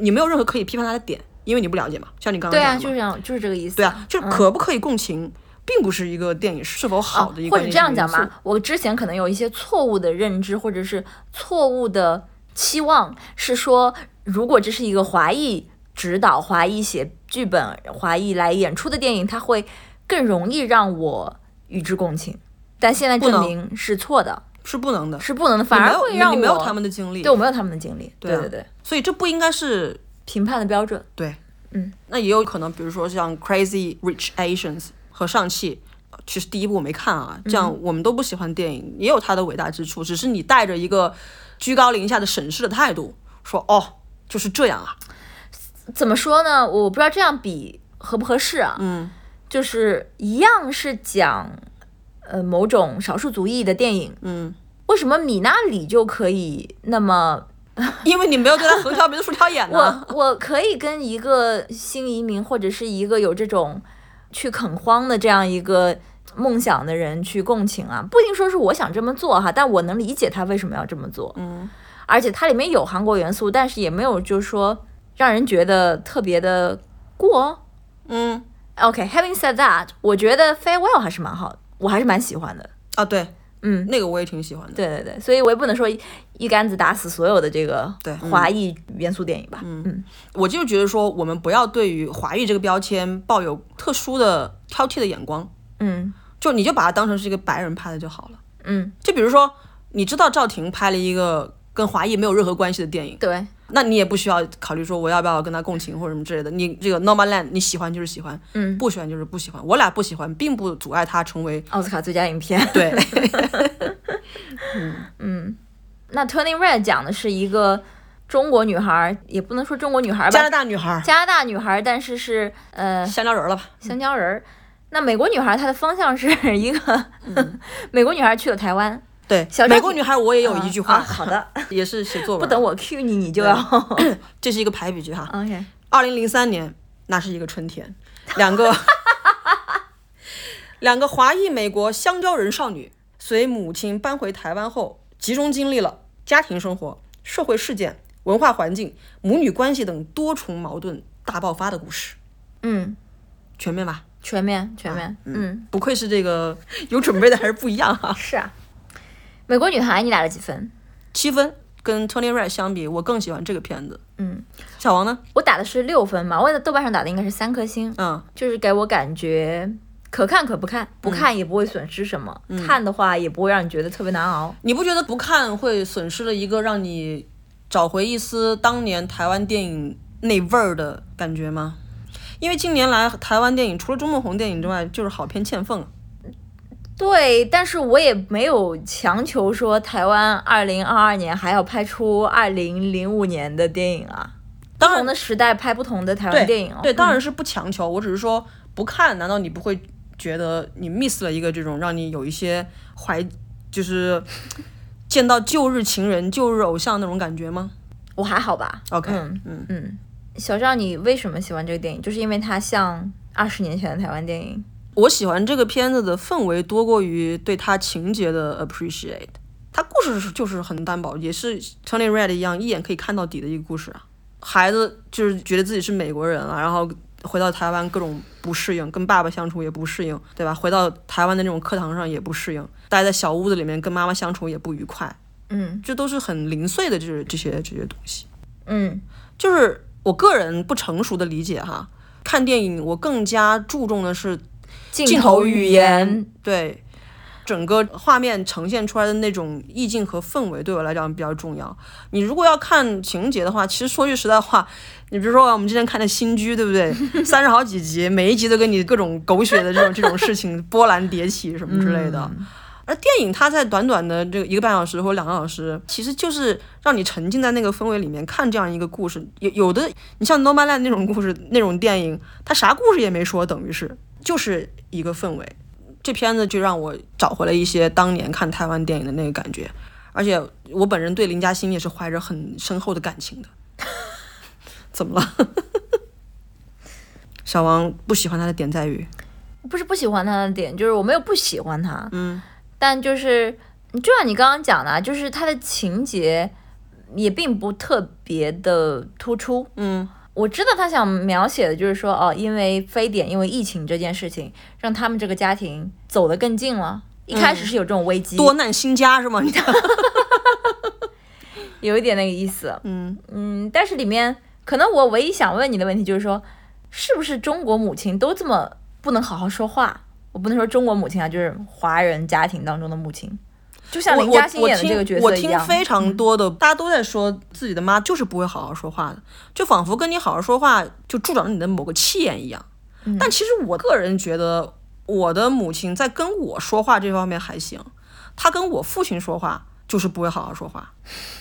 你没有任何可以批判它的点，因为你不了解嘛。像你刚刚
对
讲的嘛，
啊，就是这样，就是这个意思。
对啊，就是可不可以共情，并不是一个电影是否好的一个
或者啊这样讲
因素
吧，我之前可能有一些错误的认知，或者是错误的期望，是说如果这是一个华裔指导、华裔写剧本、华裔来演出的电影，它会更容易让我与之共情。但现在
不
证
能
明是错的，
是不能的，
是不能的，反
你没
而
有
会
你
让我
你没有他们的经历，
对我没有他们的经历，
对啊
对对，
所以这不应该是
评判的标准，
对，
嗯，
那也有可能，比如说像《Crazy Rich Asians》和上汽，呃其实第一部我没看啊，
嗯
这样我们都不喜欢电影，也有它的伟大之处，只是你带着一个居高临下的审视的态度，说哦就是这样 啊，
怎么说呢？我不知道这样比合不合适啊。
嗯，
就是一样是讲呃某种少数族裔的电影，
嗯，
为什么米娜里就可以那么
因为你没有对他横挑鼻子竖挑眼呢。
我我可以跟一个新移民或者是一个有这种去垦荒的这样一个梦想的人去共情啊，不一定说是我想这么做哈，但我能理解他为什么要这么做。
嗯，
而且它里面有韩国元素，但是也没有就是说让人觉得特别的过。
嗯，
OK，having、said that，我觉得 farewell 还是蛮好的，我还是蛮喜欢的。
啊，对，
嗯，
那个我也挺喜欢的。
对对对，所以我也不能说一一竿子打死所有的这个
对嗯
华裔元素电影吧。嗯
我就是觉得说，我们不要对于华裔这个标签抱有特殊的挑剔的眼光，
嗯
就你就把它当成是一个白人拍的就好了。
嗯，
就比如说，你知道赵婷拍了一个跟华裔没有任何关系的电影，
对，
那你也不需要考虑说我要不要跟他共情或者什么之类的。你这个 Normal Land 你喜欢就是喜欢，
嗯，
不喜欢就是不喜欢。我俩不喜欢，并不阻碍他成为
奥斯卡最佳影片。
对
那 Turning Red 讲的是一个中国女孩，也不能说中国女孩吧，
加拿大女孩儿
加拿大女孩，但是是呃
香蕉人了吧？
香蕉人儿。那美国女孩她的方向是 一个， 美国女孩去了台湾。
对
小，张
美国女孩我也有一句话，
啊好的，
也是写作文，
不等，我 cue 你，你就要 OK。
这是一个排比句哈。二零零三年，那是一个春天，两个两个华裔美国香蕉人少女随母亲搬回台湾后，集中经历了家庭生活、社会事件、文化环境、母女关系等多重矛盾大爆发的故事，
嗯，
全面吧？
全面全
啊
面，嗯，
不愧是这个有准备的，还是不一样哈、
是啊。美国女孩，你打了几分？
七分跟 Tony Red 相比，我更喜欢这个片子。
嗯，
小王呢？
我打的是六分嘛，我在豆瓣上打的应该是三颗星，
嗯，
就是给我感觉可看可不看，不看也不会损失什么，看的话也不会让你觉得特别难熬。
你不觉得不看会损失了一个让你找回一丝当年台湾电影那味儿的感觉吗？因为近年来台湾电影除了钟梦红电影之外，就是好片欠奉啊。
对，但是我也没有强求说台湾二零二二年还要拍出二零零五年的电影啊，
当
不
然
同的时代拍不同的台湾电影哦。
对，当然是不强求。我只是说不看，难道你不会觉得你 miss 了一个这种让你有一些怀，就是见到旧日情人、旧日偶像那种感觉吗？
我还好吧。
OK，
嗯
嗯
嗯，小赵，你为什么喜欢这个电影？就是因为它像二十年前的台湾电影。
我喜欢这个片子的氛围多过于对它情节的 appreciate。它故事是就是很单薄，也是 Tony Red 一样，一眼可以看到底的一个故事啊。孩子就是觉得自己是美国人啊，然后回到台湾各种不适应，跟爸爸相处也不适应，对吧？回到台湾的那种课堂上也不适应，待在小屋子里面跟妈妈相处也不愉快，
嗯
这都是很零碎的这这些这些东西。
嗯
就是我个人不成熟的理解哈，看电影我更加注重的是
镜
头
头语
言
言
对整个画面呈现出来的那种意境和氛围，对我来讲比较重要。你如果要看情节的话，其实说句实在话，你比如说我们之前看的《新居》，对不对？三十好几集，每一集都跟你各种狗血的这种这种事情波澜迭起什么之类的。而电影它在短短的这个一个半小时或两个小时，其实就是让你沉浸在那个氛围里面看这样一个故事。有有的，你像《Nomadland》那种故事那种电影，它啥故事也没说，等于是就是一个氛围。这片子就让我找回了一些当年看台湾电影的那个感觉，而且我本人对林嘉欣也是怀着很深厚的感情的。 怎么了？ 小王不喜欢他的点在于，
不是不喜欢他的点，就是我没有不喜欢他，嗯，但就是就像你刚刚讲的啊，就是他的情节也并不特别的突出。
嗯
我知道他想描写的就是说，哦，因为非典，因为疫情这件事情，让他们这个家庭走得更近了。一开始是有这种危机，
多难新家是吗？你
有一点那个意思。
嗯
嗯，但是里面可能我唯一想问你的问题就是说，是不是中国母亲都这么不能好好说话？我不能说中国母亲啊，就是华人家庭当中的母亲，就像
我
林嘉欣演的这个角
我
色一
听我听
样。嗯
非常多的，大家都在说自己的妈就是不会好好说话的，就仿佛跟你好好说话就助长了你的某个气焰一样。
嗯
但其实我个人觉得，我的母亲在跟我说话这方面还行，她跟我父亲说话。就是不会好好说话，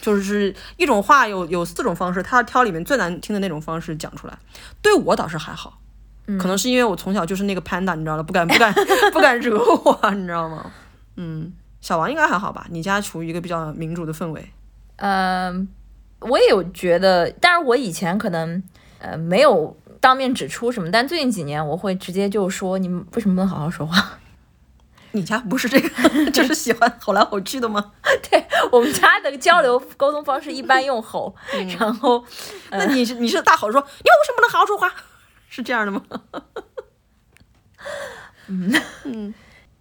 就是一种话有有四种方式，她要挑里面最难听的那种方式讲出来。对我倒是还好，
嗯
可能是因为我从小就是那个 panda，你知道的，不敢不敢 不敢惹我，你知道吗？嗯小王应该还好吧？你家处于一个比较民主的氛围，
嗯、我也有觉得，当然我以前可能呃没有当面指出什么，但最近几年我会直接就说你们为什么不能好好说话？
你家不是这个， 就是喜欢吼来吼去的吗？
对我们家的交流沟通方式一般用吼，
嗯
然后
那你是你是大吼说你们为什么不能好好说话？ 是这样的吗？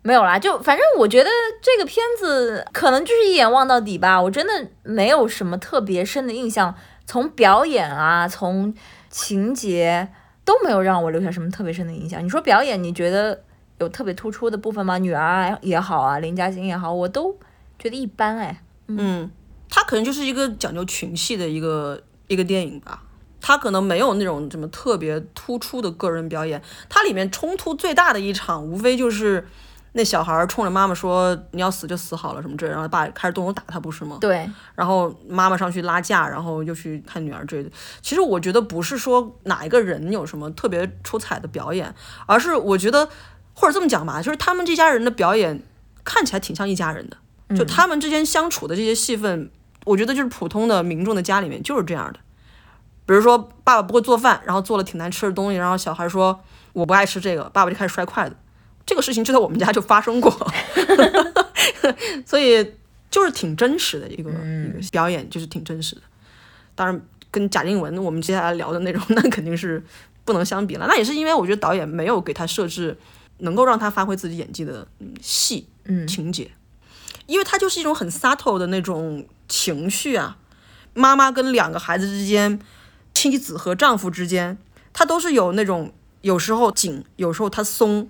没有啦，就反正我觉得这个片子可能就是一眼望到底吧，我真的没有什么特别深的印象，从表演啊，从情节都没有让我留下什么特别深的印象。你说表演，你觉得有特别突出的部分吗？女儿也好啊，林嘉欣也好，我都觉得一般哎。
嗯，它可能就是一个讲究群戏的一个一个电影吧。它可能没有那种什么特别突出的个人表演，它里面冲突最大的一场，无非就是那小孩儿冲着妈妈说：“你要死就死好了”什么之类的，然后爸开始动手打他，不是吗？
对，
然后妈妈上去拉架，然后又去看女儿之类的。其实我觉得不是说哪一个人有什么特别出彩的表演，而是我觉得或者这么讲吧，就是他们这家人的表演看起来挺像一家人的，就他们之间相处的这些戏份，我觉得就是普通的民众的家里面就是这样的。比如说爸爸不会做饭，然后做了挺难吃的东西，然后小孩说我不爱吃这个，爸爸就开始摔筷子。这个事情就在我们家就发生过， 所以就是挺真实的一个、一个表演，就是挺真实的。当然，跟贾静雯我们接下来聊的那种，那肯定是不能相比了。那也是因为我觉得导演没有给他设置能够让他发挥自己演技的嗯戏
嗯
情节，因为他就是一种很 subtle 的那种情绪啊，妈妈跟两个孩子之间，妻子和丈夫之间，他都是有那种有时候紧，有时候他松，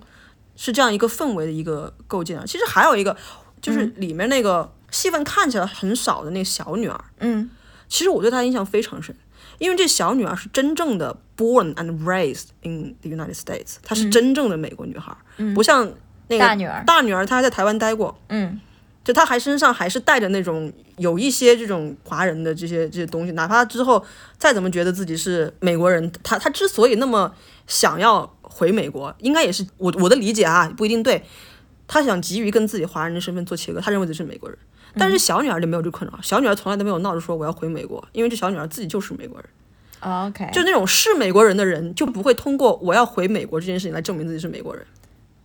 是这样一个氛围的一个构建啊。其实还有一个就是
嗯
里面那个戏份看起来很少的那个小女儿，
嗯
其实我对她印象非常深，因为这小女儿是真正的 born and raised in the United States，她是真正的美国女孩，不像那个
嗯大女儿
大女儿她还在台湾待过，
嗯，
就她还身上还是带着那种有一些这种华人的这些这些东西，哪怕之后再怎么觉得自己是美国人，她她之所以那么想要回美国，应该也是我我的理解啊，不一定对。她想急于跟自己华人的身份做切割，她认为自己是美国人，但是小女儿就没有这困扰，小女儿从来都没有闹着说我要回美国，因为这小女儿自己就是美国人，
哦 OK，
就那种是美国人的人就不会通过我要回美国这件事情来证明自己是美国人。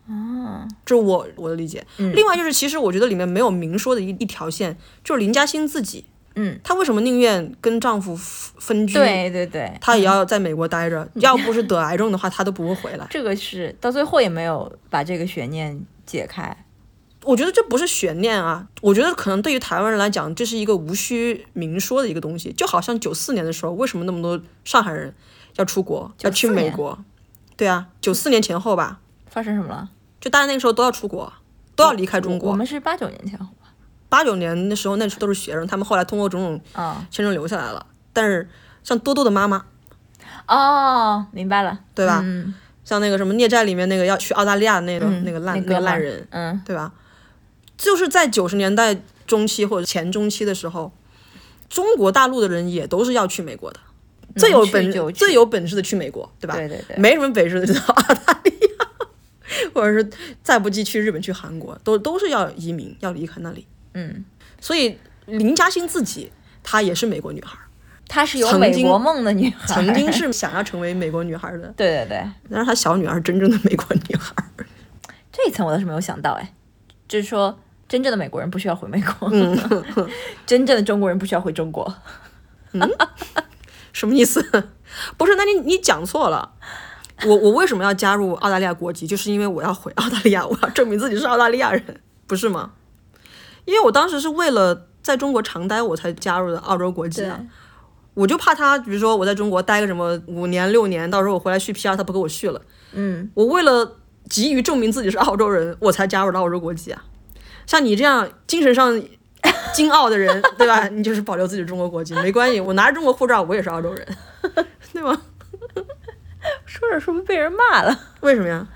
哦，这是我我的理解。
嗯
另外就是，其实我觉得里面没有明说的一一条线，就是林嘉欣自己，
嗯，
她为什么宁愿跟丈夫分居，
对嗯对对，
她也要在美国待着，要不是得癌症的话，她都不会回来。
这个是到最后也没有把这个悬念解开。
我觉得这不是悬念啊，我觉得可能对于台湾人来讲，这是一个无需明说的一个东西。就好像九四年的时候，为什么那么多上海人要出国，要去
94
美
年
国？对啊，九四年前后吧，
发生什么了？
就大家那个时候都要出国，都
嗯
要离开中
我
国。
们是八九年前后吧？
八九年的时候，那时候都是学生，他们后来通过种种
啊、
签证留下来了。但是像多多的妈妈，
哦，明白了，
对啊吧
嗯
像那个什么《孽债》里面那个要去澳大利亚的那个、
嗯
那个烂
那
那个
哥们儿
烂人，
嗯
对吧？就是在九十年代中期或者前中期的时候，中国大陆的人也都是要去美国的，最有
去
本
就
事、
去
最有本事的去美国，对吧？
对对对
没什么本事的就到澳大利亚， 或者是再不济去日本、去韩国，都都是要移民，要离开那里。
嗯，
所以林嘉欣自己，她也是美国女孩儿，
她是有
曾
美
经
国梦的女孩，，
曾经，是想要成为美国女孩儿的
对对对，
但是她小女儿是真正的美国女孩儿。
这一层我倒是没有想到，哎，就是说真正的美国人不需要回美国，
嗯
真正的中国人不需要回中国，
什么意思？ 不是，那你你讲错了。我我为什么要加入澳大利亚国籍？就是因为我要回澳大利亚，我要证明自己是澳大利亚人，不是吗？因为我当时是为了在中国长待，我才加入的澳洲国籍啊。我就怕他，比如说我在中国待个什么五年六年，到时候我回来续 PR，他不给我续了。
嗯，
我为了急于证明自己是澳洲人，我才加入了澳洲国籍啊。像你这样精神上精傲的人，对吧？你就是保留自己的中国国籍，没关系。我拿着中国护照，我也是澳洲人， 对吗？
说着说着被人骂了，
为什么呀？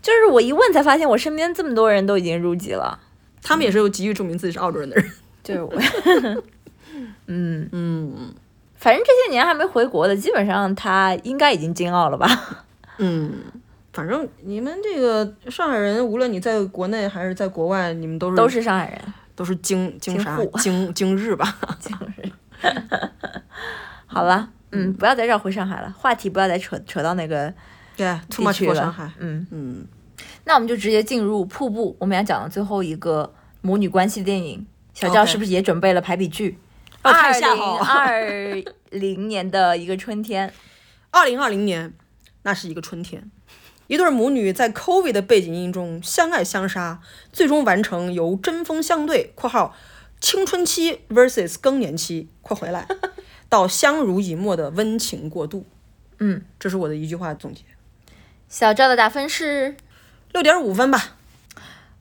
就是我一问才发现，我身边这么多人都已经入籍了，
他们也是有急于证明自己是澳洲人的人。
就是我， 嗯，
嗯
反正这些年还没回国的，基本上他应该已经金澳了吧？
嗯，反正你们这个上海人，无论你在国内还嗯是在国外，你们都是
都是上海人，
都是京京啥
京沪
京京日吧？
就是 好了，嗯，不要再绕回上海了，话题不要再扯扯到那个
对，too
地
much
区
for
了
上海。
嗯，
嗯，
那我们就直接进入瀑布，我们要讲的最后一个母女关系电影。小教
OK
是不是也准备了排比句？
让我
二
看一
零
下哦。
二零年的一个春天，
二零二零年，那是一个春天，一对母女在 COVID 的背景音中相爱相杀，最终完成由针锋相对（括号青春期 vs 更年期）（ 括回来）到相濡以沫的温情过渡。
嗯，
这是我的一句话总结，
小赵的打分是
六点五分吧，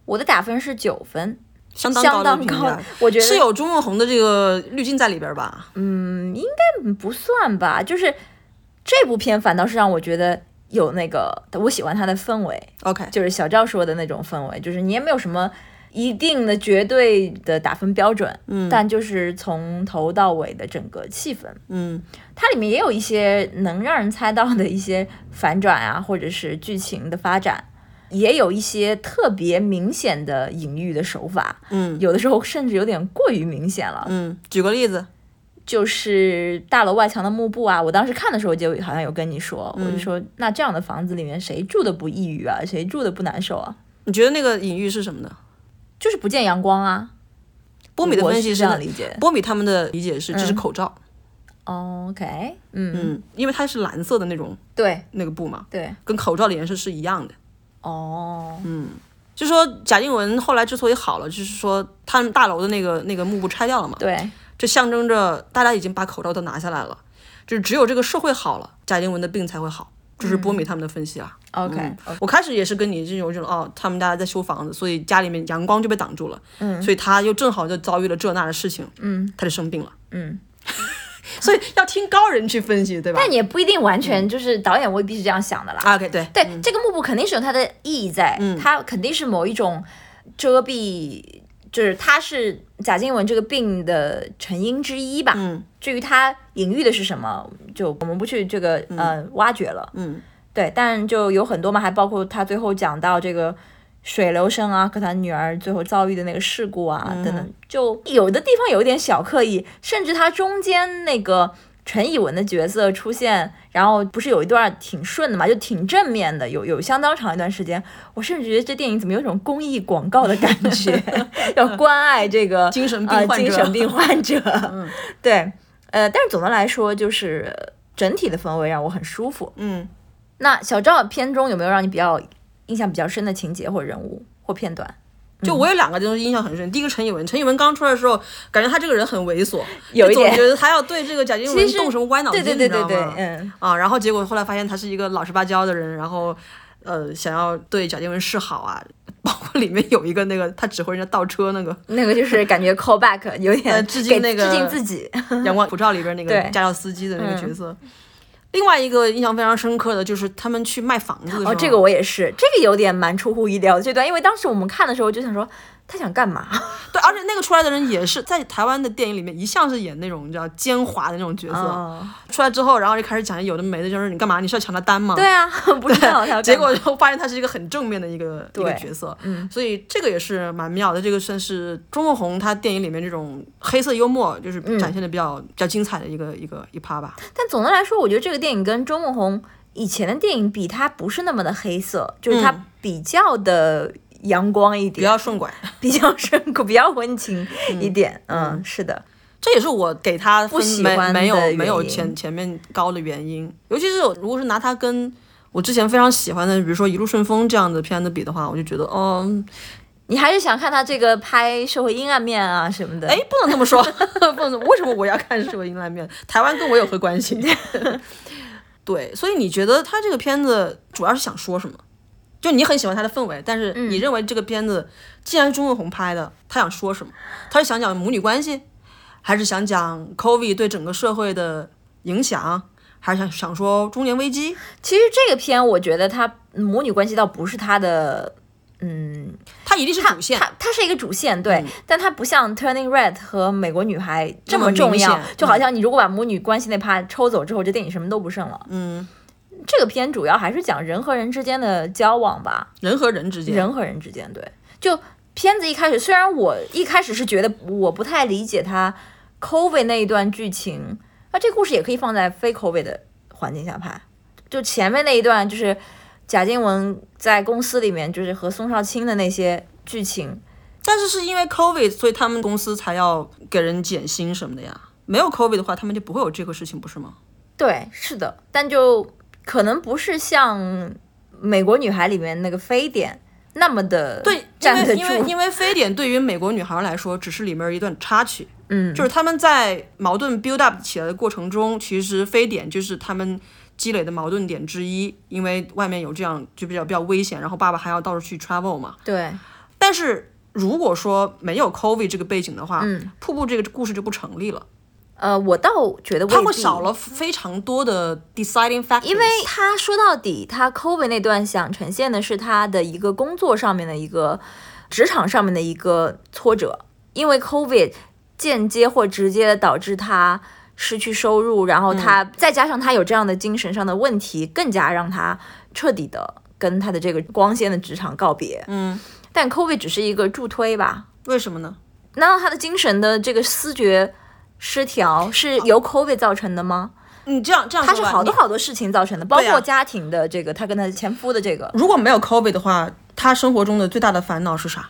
我的打分是九分，
相当
相
高的
当
评
高
价。，
我觉得
是有钟梦红的这个滤镜在里边吧？
嗯不算吧，就是这部片反倒是让我觉得有那个我喜欢它的氛围，
OK，
就是小赵说的那种氛围，就是你也没有什么一定的绝对的打分标准，嗯，但就是从头到尾的整个气氛，
嗯，
它里面也有一些能让人猜到的一些反转啊，或者是剧情的发展，也有一些特别明显的隐喻的手法，
嗯，
有的时候甚至有点过于明显了，
嗯，举个例子，
就是大楼外墙的幕布啊，我当时看的时候就好像有跟你说，
嗯
我就说那这样的房子里面谁住的不抑郁啊，谁住的不难受啊？
你觉得那个隐喻是什么呢？
就是不见阳光啊。
波米的
我
分
是
析
这
是
样
那
理解。
波米他们的理解是这是
嗯
口罩，
OK，嗯，
嗯，因为它是蓝色的那种
对
那个布嘛，
对，
跟口罩的颜色是一样的。
哦，
嗯就说贾静雯后来之所以好了，就是说他们大楼的那个那个幕布拆掉了嘛，
对，
这象征着大家已经把口罩都拿下来了，就是只有这个社会好了，贾静雯的病才会好。这是波米他们的分析啊。
OK，
嗯我开始也是跟你这种这种哦，他们家在修房子，所以家里面阳光就被挡住了，嗯，所以他又正好就遭遇了这那的事情，嗯，他就生病了，
嗯，
所以要听高人去分析，对吧
但也不一定完全就是导演未必是这样想的啦。
啊？OK，对，
对，这个幕布肯定是有它的意义在，
嗯
它肯定是某一种遮蔽，就是它是贾静雯这个病的成因之一吧。
嗯
至于它隐喻的是什么，就我们不去这个呃挖掘了。
嗯
对，但就有很多嘛，还包括他最后讲到这个水流声啊，和他女儿最后遭遇的那个事故啊、
嗯
等等，就有的地方有一点小刻意，甚至他中间那个陈以文的角色出现，然后不是有一段挺顺的嘛，就挺正面的，有有相当长一段时间，我甚至觉得这电影怎么有一种公益广告的感 觉， 要关爱这个
精神病
呃
患
精
者嗯
神病 患者，对，呃，但是总的来说就是整体的氛围让我很舒服，
嗯，
那小赵片中有没有让你比较印象比较深的情节或人物或片段？嗯
就我有两个东西印象很深，第一个陈以文，陈以文刚出来的时候，感觉他这个人很猥琐，
有
就
一
总
点
觉得他要对这个贾静
其
雯
实
动什么歪脑
对
筋，
对对对
你
对
知道吗，
嗯，
啊，然后结果后来发现他是一个老实巴交的人，然后呃想要对贾静雯示好啊，包括里面有一个那个他指挥人家倒车那 个
那个就是感觉 call back 有点
呃致敬
给
那个
致敬自己，
阳光普照里边那个
对嗯
家教司机的那个角色。另外一个印象非常深刻的就是他们去卖房子的时候，
哦，这个我也是，这个有点蛮出乎意料的这段，因为当时我们看的时候就想说他想干嘛？
对，而且那个出来的人也是在台湾的电影里面一向是演那种你知道奸猾的那种角色，
哦
出来之后，然后就开始讲有的没的，就是你干嘛？你是要抢他单吗？
对啊， 不知 道他要干嘛
结果就发现他是一个很正面的一个一
对
个角色，嗯，所以这个也是蛮妙的。这个算是钟梦红他电影里面这种黑色幽默，就是展现的比较、比较精彩的一个一个一趴吧。
但总的来说，我觉得这个电影跟周梦红以前的电影比，它不是那么的黑色，就是
嗯
它比较的阳光一
比
点，
较顺拐，
比较 深刻，比较温情一点。嗯，是的，
这也是我给他分
不喜
没
欢的
没有
原因
没有前前面高的原因。尤其是我如果是拿他跟我之前非常喜欢的，比如说《一路顺风》这样的片子比的话，我就觉得，哦，
你还是想看他这个拍社会阴暗面啊什么的。
哎，，不能这么 说，不能。为什么我要看《社会阴暗面》？台湾跟我有何关系？ 对，所以你觉得他这个片子主要是想说什么？就你很喜欢他的氛围，但是你认为这个片子既然是钟文红拍的，他想说什么？他是想讲母女关系，还是想讲 COVID 对整个社会的影响，还是想想说中年危机？
其实这个片我觉得他嗯母女关系倒不是他的，嗯，
他一定是主线。嗯
它它是一个主线，对，但它不像 Turning Red 和美国女孩这
那么
么
明
重要
显，嗯
就好像你如果把母女关系那趴抽走之后，这电影什么都不剩了。
嗯，
这个片主要还是讲人和人之间的交往吧，
人和人之间，
人和人之间，对，就片子一开始，虽然我一开始是觉得我不太理解他 COVID 那一段剧情，那这故事也可以放在非 COVID 的环境下拍。就前面那一段，就是贾静雯在公司里面，就是和宋少卿的那些剧情，
但是是因为 COVID，所以他们公司才要给人减薪什么的呀。没有 COVID 的话，他们就不会有这个事情，不是吗？
对，是的，但就可能不是像《美国女孩》里面那个非典那么的
对，因
站得
为
住，
因为因为非典对于美国女孩来说，只是里面一段插曲。
嗯，
就是他们在矛盾 build up 起来的过程中，其实非典就是他们积累的矛盾点之一，因为外面有这样就比较比较危险，然后爸爸还要到处去 travel 嘛。
对，
但是如果说没有 COVID 这个背景的话，
嗯
瀑布这个故事就不成立了，
呃，我倒觉得
它
未
会
必
少了非常多的 deciding factor。
因为他说到底，他 COVID 那段想呈现的是他的一个工作上面的一个职场上面的一个挫折，因为 COVID 间接或直接的导致他失去收入，然后他、再加上他有这样的精神上的问题，更加让他彻底的跟他的这个光鲜的职场告别。
嗯，
但 COVID 只是一个助推吧？
为什么呢？
难道他的精神的这个思觉失调是由 COVID 造成的吗？
你这样这样
他
说
是
吧，
好多
你
好多事情造成的，包
对啊
括家庭的这个，他跟他前夫的这个，
如果没有 COVID 的话，他生活中的最大的烦恼是啥？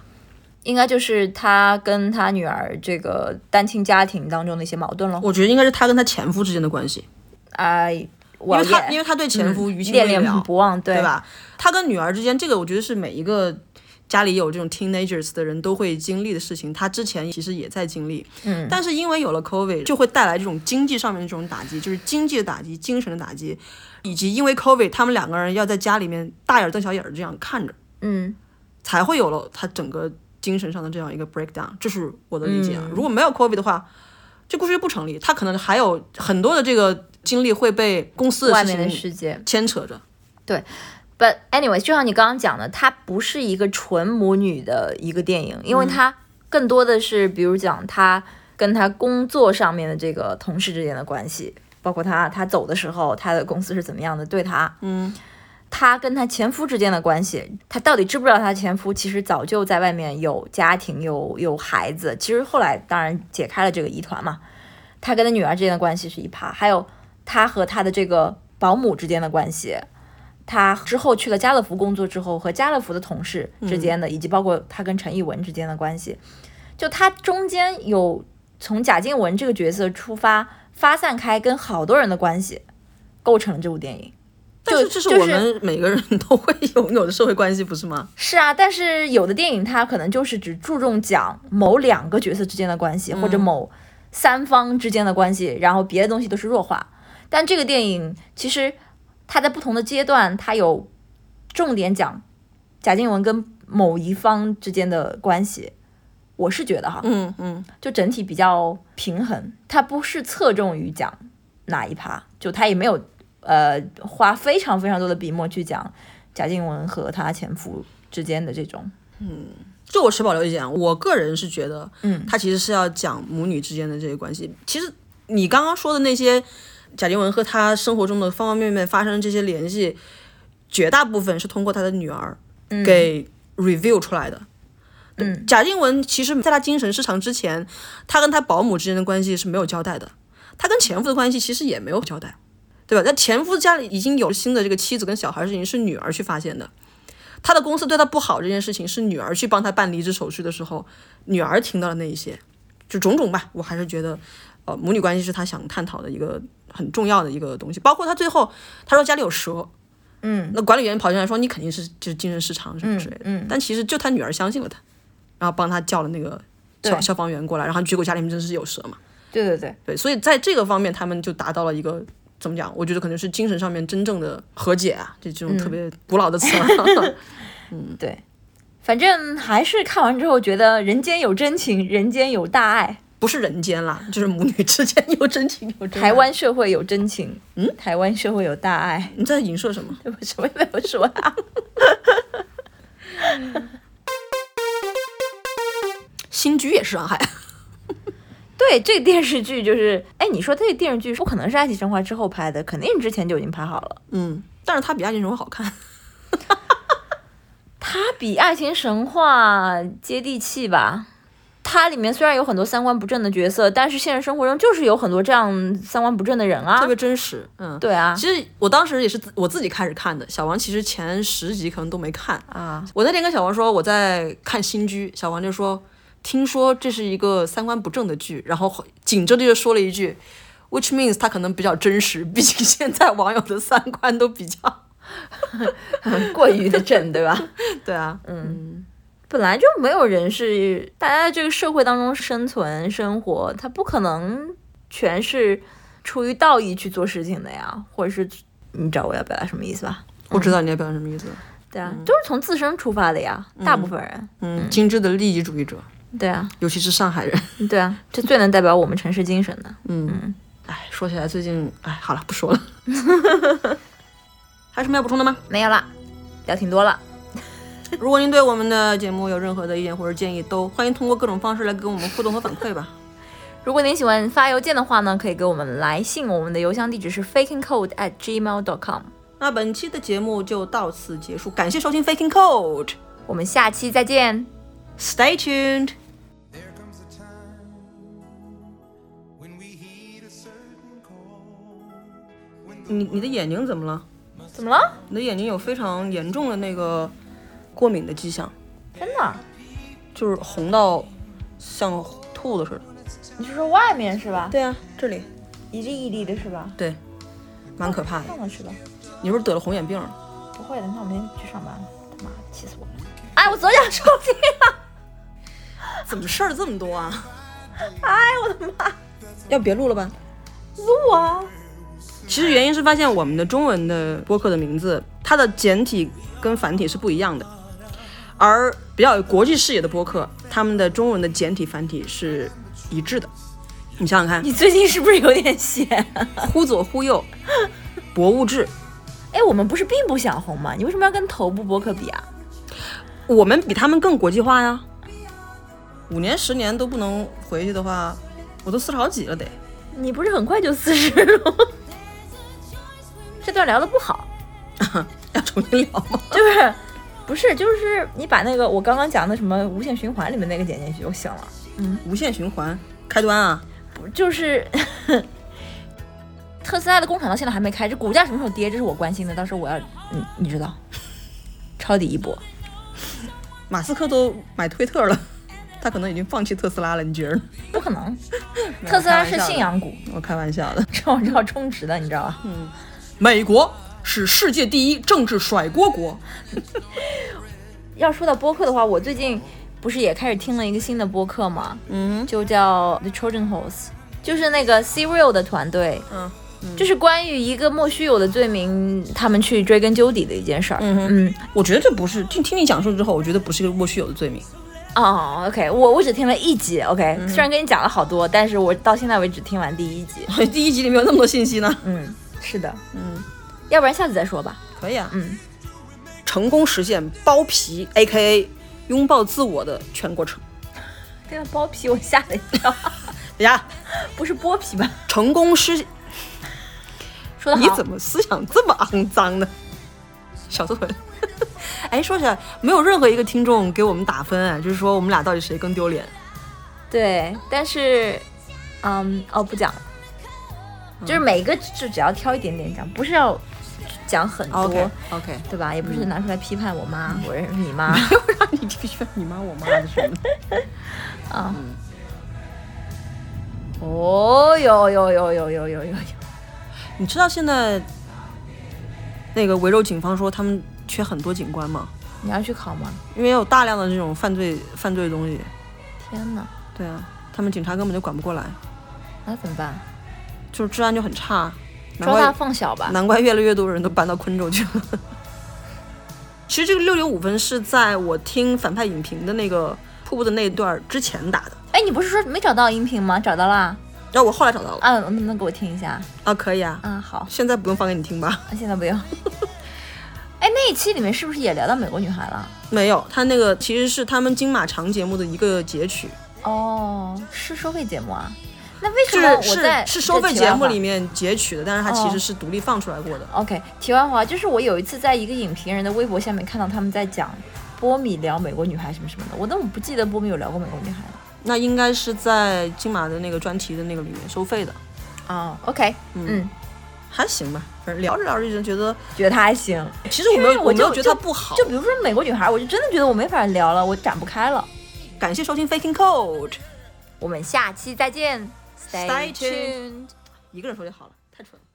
应该就是他跟他女儿这个单亲家庭当中的一些矛盾咯。
我觉得应该是他跟他前夫之间的关系，嗯
哎，我
因为他
也嗯
因为他对前夫于情
恋
未了
恋不忘，对
对？吧？他跟女儿之间，这个我觉得是每一个家里有这种 teenagers 的人都会经历的事情。他之前其实也在经历，
嗯，
但是因为有了 COVID，就会带来这种经济上面的这种打击，就是经济的打击、精神的打击，以及因为 COVID，他们两个人要在家里面大眼瞪小眼儿这样看着，
嗯，
才会有了他整个精神上的这样一个 breakdown。这是我的理解啊。如果没有 COVID 的话，这故事就不成立。他可能还有很多的这个经历会被公司
外
的事
面的
情
世界。
牵扯着。
But anyway，就像你刚刚讲的，它不是一个纯母女的一个电影，因为它更多的是，比如讲她跟她工作上面的这个同事之间的关系，包括她她走的时候，她的公司是怎么样的对她，
嗯，
她跟她前夫之间的关系，她到底知不知道她前夫其实早就在外面有家庭有有孩子？其实后来当然解开了这个疑团嘛。她跟她女儿之间的关系是一趴，还有她和她的这个保姆之间的关系，她之后去了家乐福工作之后和家乐福的同事之间的，以及包括她跟陈艺文之间的关系，就她中间有从贾静雯这个角色出发发散开跟好多人的关系，构成了这部电影。
但
就是
这是
就
我
是
们每个人都会拥有的社会关系，不是吗？
是啊，但是有的电影它可能就是只注重讲某两个角色之间的关系，或者某三方之间的关系，然后别的东西都是弱化。但这个电影其实它在不同的阶段，它有重点讲贾静雯跟某一方之间的关系。我是觉得哈，
嗯嗯，
就整体比较平衡，它不是侧重于讲哪一趴，就它也没有呃花非常非常多的笔墨去讲贾静雯和她前夫之间的这种，
就我持保留意见，啊我个人是觉得，
嗯，
他其实是要讲母女之间的这些关系。其实你刚刚说的那些贾静雯和她生活中的方方面面发生的这些联系，绝大部分是通过她的女儿给 review 出来的。
嗯
贾静雯其实在她精神失常之前，她跟她保姆之间的关系是没有交代的，她跟前夫的关系其实也没有交代，对吧？那前夫家里已经有新的这个妻子跟小孩，事情是女儿去发现的。他的公司对他不好这件事情，是女儿去帮他办离职手续的时候，女儿听到了那一些，就种种吧。我还是觉得，呃，母女关系是他想探讨的一个很重要的一个东西。包括他最后他说家里有蛇，
嗯
那管理员跑进来说你肯定是就是精神失常什么之类的，
嗯
但其实就他女儿相信了他，然后帮他叫了那个消
对
消防员过来，然后结果家里面真是有蛇嘛，
对对对，
对，所以在这个方面他们就达到了一个。怎么讲？我觉得可能是精神上面真正的和解啊，就这种特别古老的词儿。
嗯反正还是看完之后觉得人间有真情，人间有大爱，
不是人间啦，就是母女之间有真情有真爱。
台湾社会有真情，嗯，台湾社会有大爱，
你在影射什么？
为什么没有说啊？
新居也是上海，
对，这个电视剧就是，哎，你说这个电视剧不可能是《爱情神话》之后拍的，肯定是之前就已经拍好了。
嗯，但是它比《爱情神话》好看。
它比《爱情神话》接地气吧？它里面虽然有很多三观不正的角色，但是现实生活中就是有很多这样三观不正的人啊
特。别真实，嗯，
对啊，
其实我当时也是自我自己开始看的，小王其实前十集可能都没看
啊。
我那天跟小王说我在看《新居》，小王就说听说这是一个三观不正的剧，然后紧接着就说了一句，which means 他可能比较真实，毕竟现在网友的三观都比较，
过于的正，对吧？
对啊，
本来就没有人是大家在这个社会当中生存生活，他不可能全是出于道义去做事情的呀，或者是你知道我要表达什么意思吧？
我知道你在表达什么意思，
对啊，都是从自身出发的呀，大部分人，
嗯，精致的利益主义者，
对啊，
尤其是上海人，
对啊，这最能代表我们城市精神的。
哎，说起来最近，哎，好了，不说了， 还有什么要补充的吗？
没有啦，聊挺多了，
如果您对我们的节目有任何的意见或者建议，都欢迎通过各种方式来跟我们互动和反馈吧。
如果您喜欢发邮件的话呢，可以给我们来信，我们的邮箱地址是 fakingcode at gmail.com。
那本期的节目就到此结束，感谢收听 Faking Code。
我们下期再见。
Stay tuned.
There comes a time when we heed a certain call. When
你你的眼睛怎么了？
怎么了？
你的眼睛有非常严重的那个过敏的迹象，
真的？
就是红到像兔子似的。
你是说外面是吧？
对啊，这里
一粒一粒的是吧？
对，蛮可怕的。
上了去吧。
你是不是得了红眼病了？
不会的，那我明天去上班了。他妈的，气死我了！哎，我左脚抽筋了！
怎么事儿这么多 啊？
哎，我的妈！
要别录了吧？
录啊！
其实原因是发现我们的中文的播客的名字，它的简体跟繁体是不一样的，而比较有国际视野的播客，他们的中文的简体繁体是一致的。你想想看，
你最近是不是有点闲？啊
忽左忽右，博物志，
哎，我们不是并不想红吗？你为什么要跟头部播客比啊？
我们比他们更国际化呀。五年十年都不能回去的话，我都四十好几了得。
你不是很快就四十了吗？ 这段聊的不好，
要重新聊吗？
就是不是就是你把那个我刚刚讲的什么无限循环里面那个剪进去就行了，
无限循环，开端啊！
不就是 特斯拉的工厂到现在还没开，这股价什么时候跌，这是我关心的，到时候我要你你知道，抄底一波。
马斯克都买推特了， 他可能已经放弃特斯拉了，你觉得呢？
不可能，特斯拉是信仰股，
我开玩笑的。
这种这种充值的，你知道吧？
美国是世界第一政治甩锅国，
要说到播客的话，我最近不是也开始听了一个新的播客嘛，
嗯，
就叫 The Trojan Horse，就是那个 Serial 的团队，
嗯
就是关于一个莫须有的罪名，他们去追根究底的一件事儿。嗯嗯，
我觉得这不是，听听你讲述之后，我觉得不是一个莫须有的罪名。
哦，OK，我我只听了一集，OK，、虽然跟你讲了好多，但是我到现在为止听完第一集。
第一集里面有那么多信息呢，
嗯，是的，
嗯，
要不然下次再说吧。
可以啊，
嗯，
成功实现包皮 A K A 拥抱自我的全过程。
这个啊剥皮我吓了一 跳，
哎呀，
不是剥皮吧？
成功 实，
说的好，
你怎么思想这么肮脏呢？小作文。 哎，说起来，没有任何一个听众给我们打分，哎，就是说我们俩到底谁更丢脸？
对，但是，嗯，哦，不讲了，就是每一个就只要挑一点点讲，不是要讲很多
OK，
对吧？也不
嗯
是拿出来批判我妈，我认识 你妈。
又让 你批判你妈我妈的什么？
哦，有有有有有有有有，
你知道现在那个维州警方说他们缺很多警官吗？
你要去考吗？
因为有大量的这种犯罪犯罪的东西。
天哪，
对啊，他们警察根本就管不过来，
那怎么办？
就是治安就很差。难
抓大
怪
放小吧。
难怪越来越多人都搬到昆州去了。 其实这个六点五分是在我听反派影评的那个瀑布的那一段之前打的，
哎，你不是说没找到音频吗？找到啦。
然后我后来找到了
啊，能不能给我听一下？
啊，可以啊，
啊，好，
现在不用放给你听吧？
那现在不用。 哎，那一期里面是不是也聊到美国女孩了？
没有，他那个其实是他们金马长节目的一个截取，
哦，是收费节目啊？那为什
就
么
是
我在
是是收费
这
节目里
题外
面截取的，但是它
哦
其实是独立放出来过的。
话？OK，题外话就是我有一次在一个影评人的微博下面看到他们在讲波米聊美国女孩什么什么的，我怎么不记得波米有聊过美国女孩了？
那应该是在金马的那个专题的那个里面收费的，
啊、o k 嗯，
还行吧。反正聊着聊着就觉得，
觉得他还行。
其实我没
因为
有
我
我没有
就
觉得它不好。
就比如说美国女孩，我就真的觉得我没法聊了，我展不开了。
感谢收听 Faking Code，
我们下期再见
Stay tuned 一个人说就好了，太蠢了。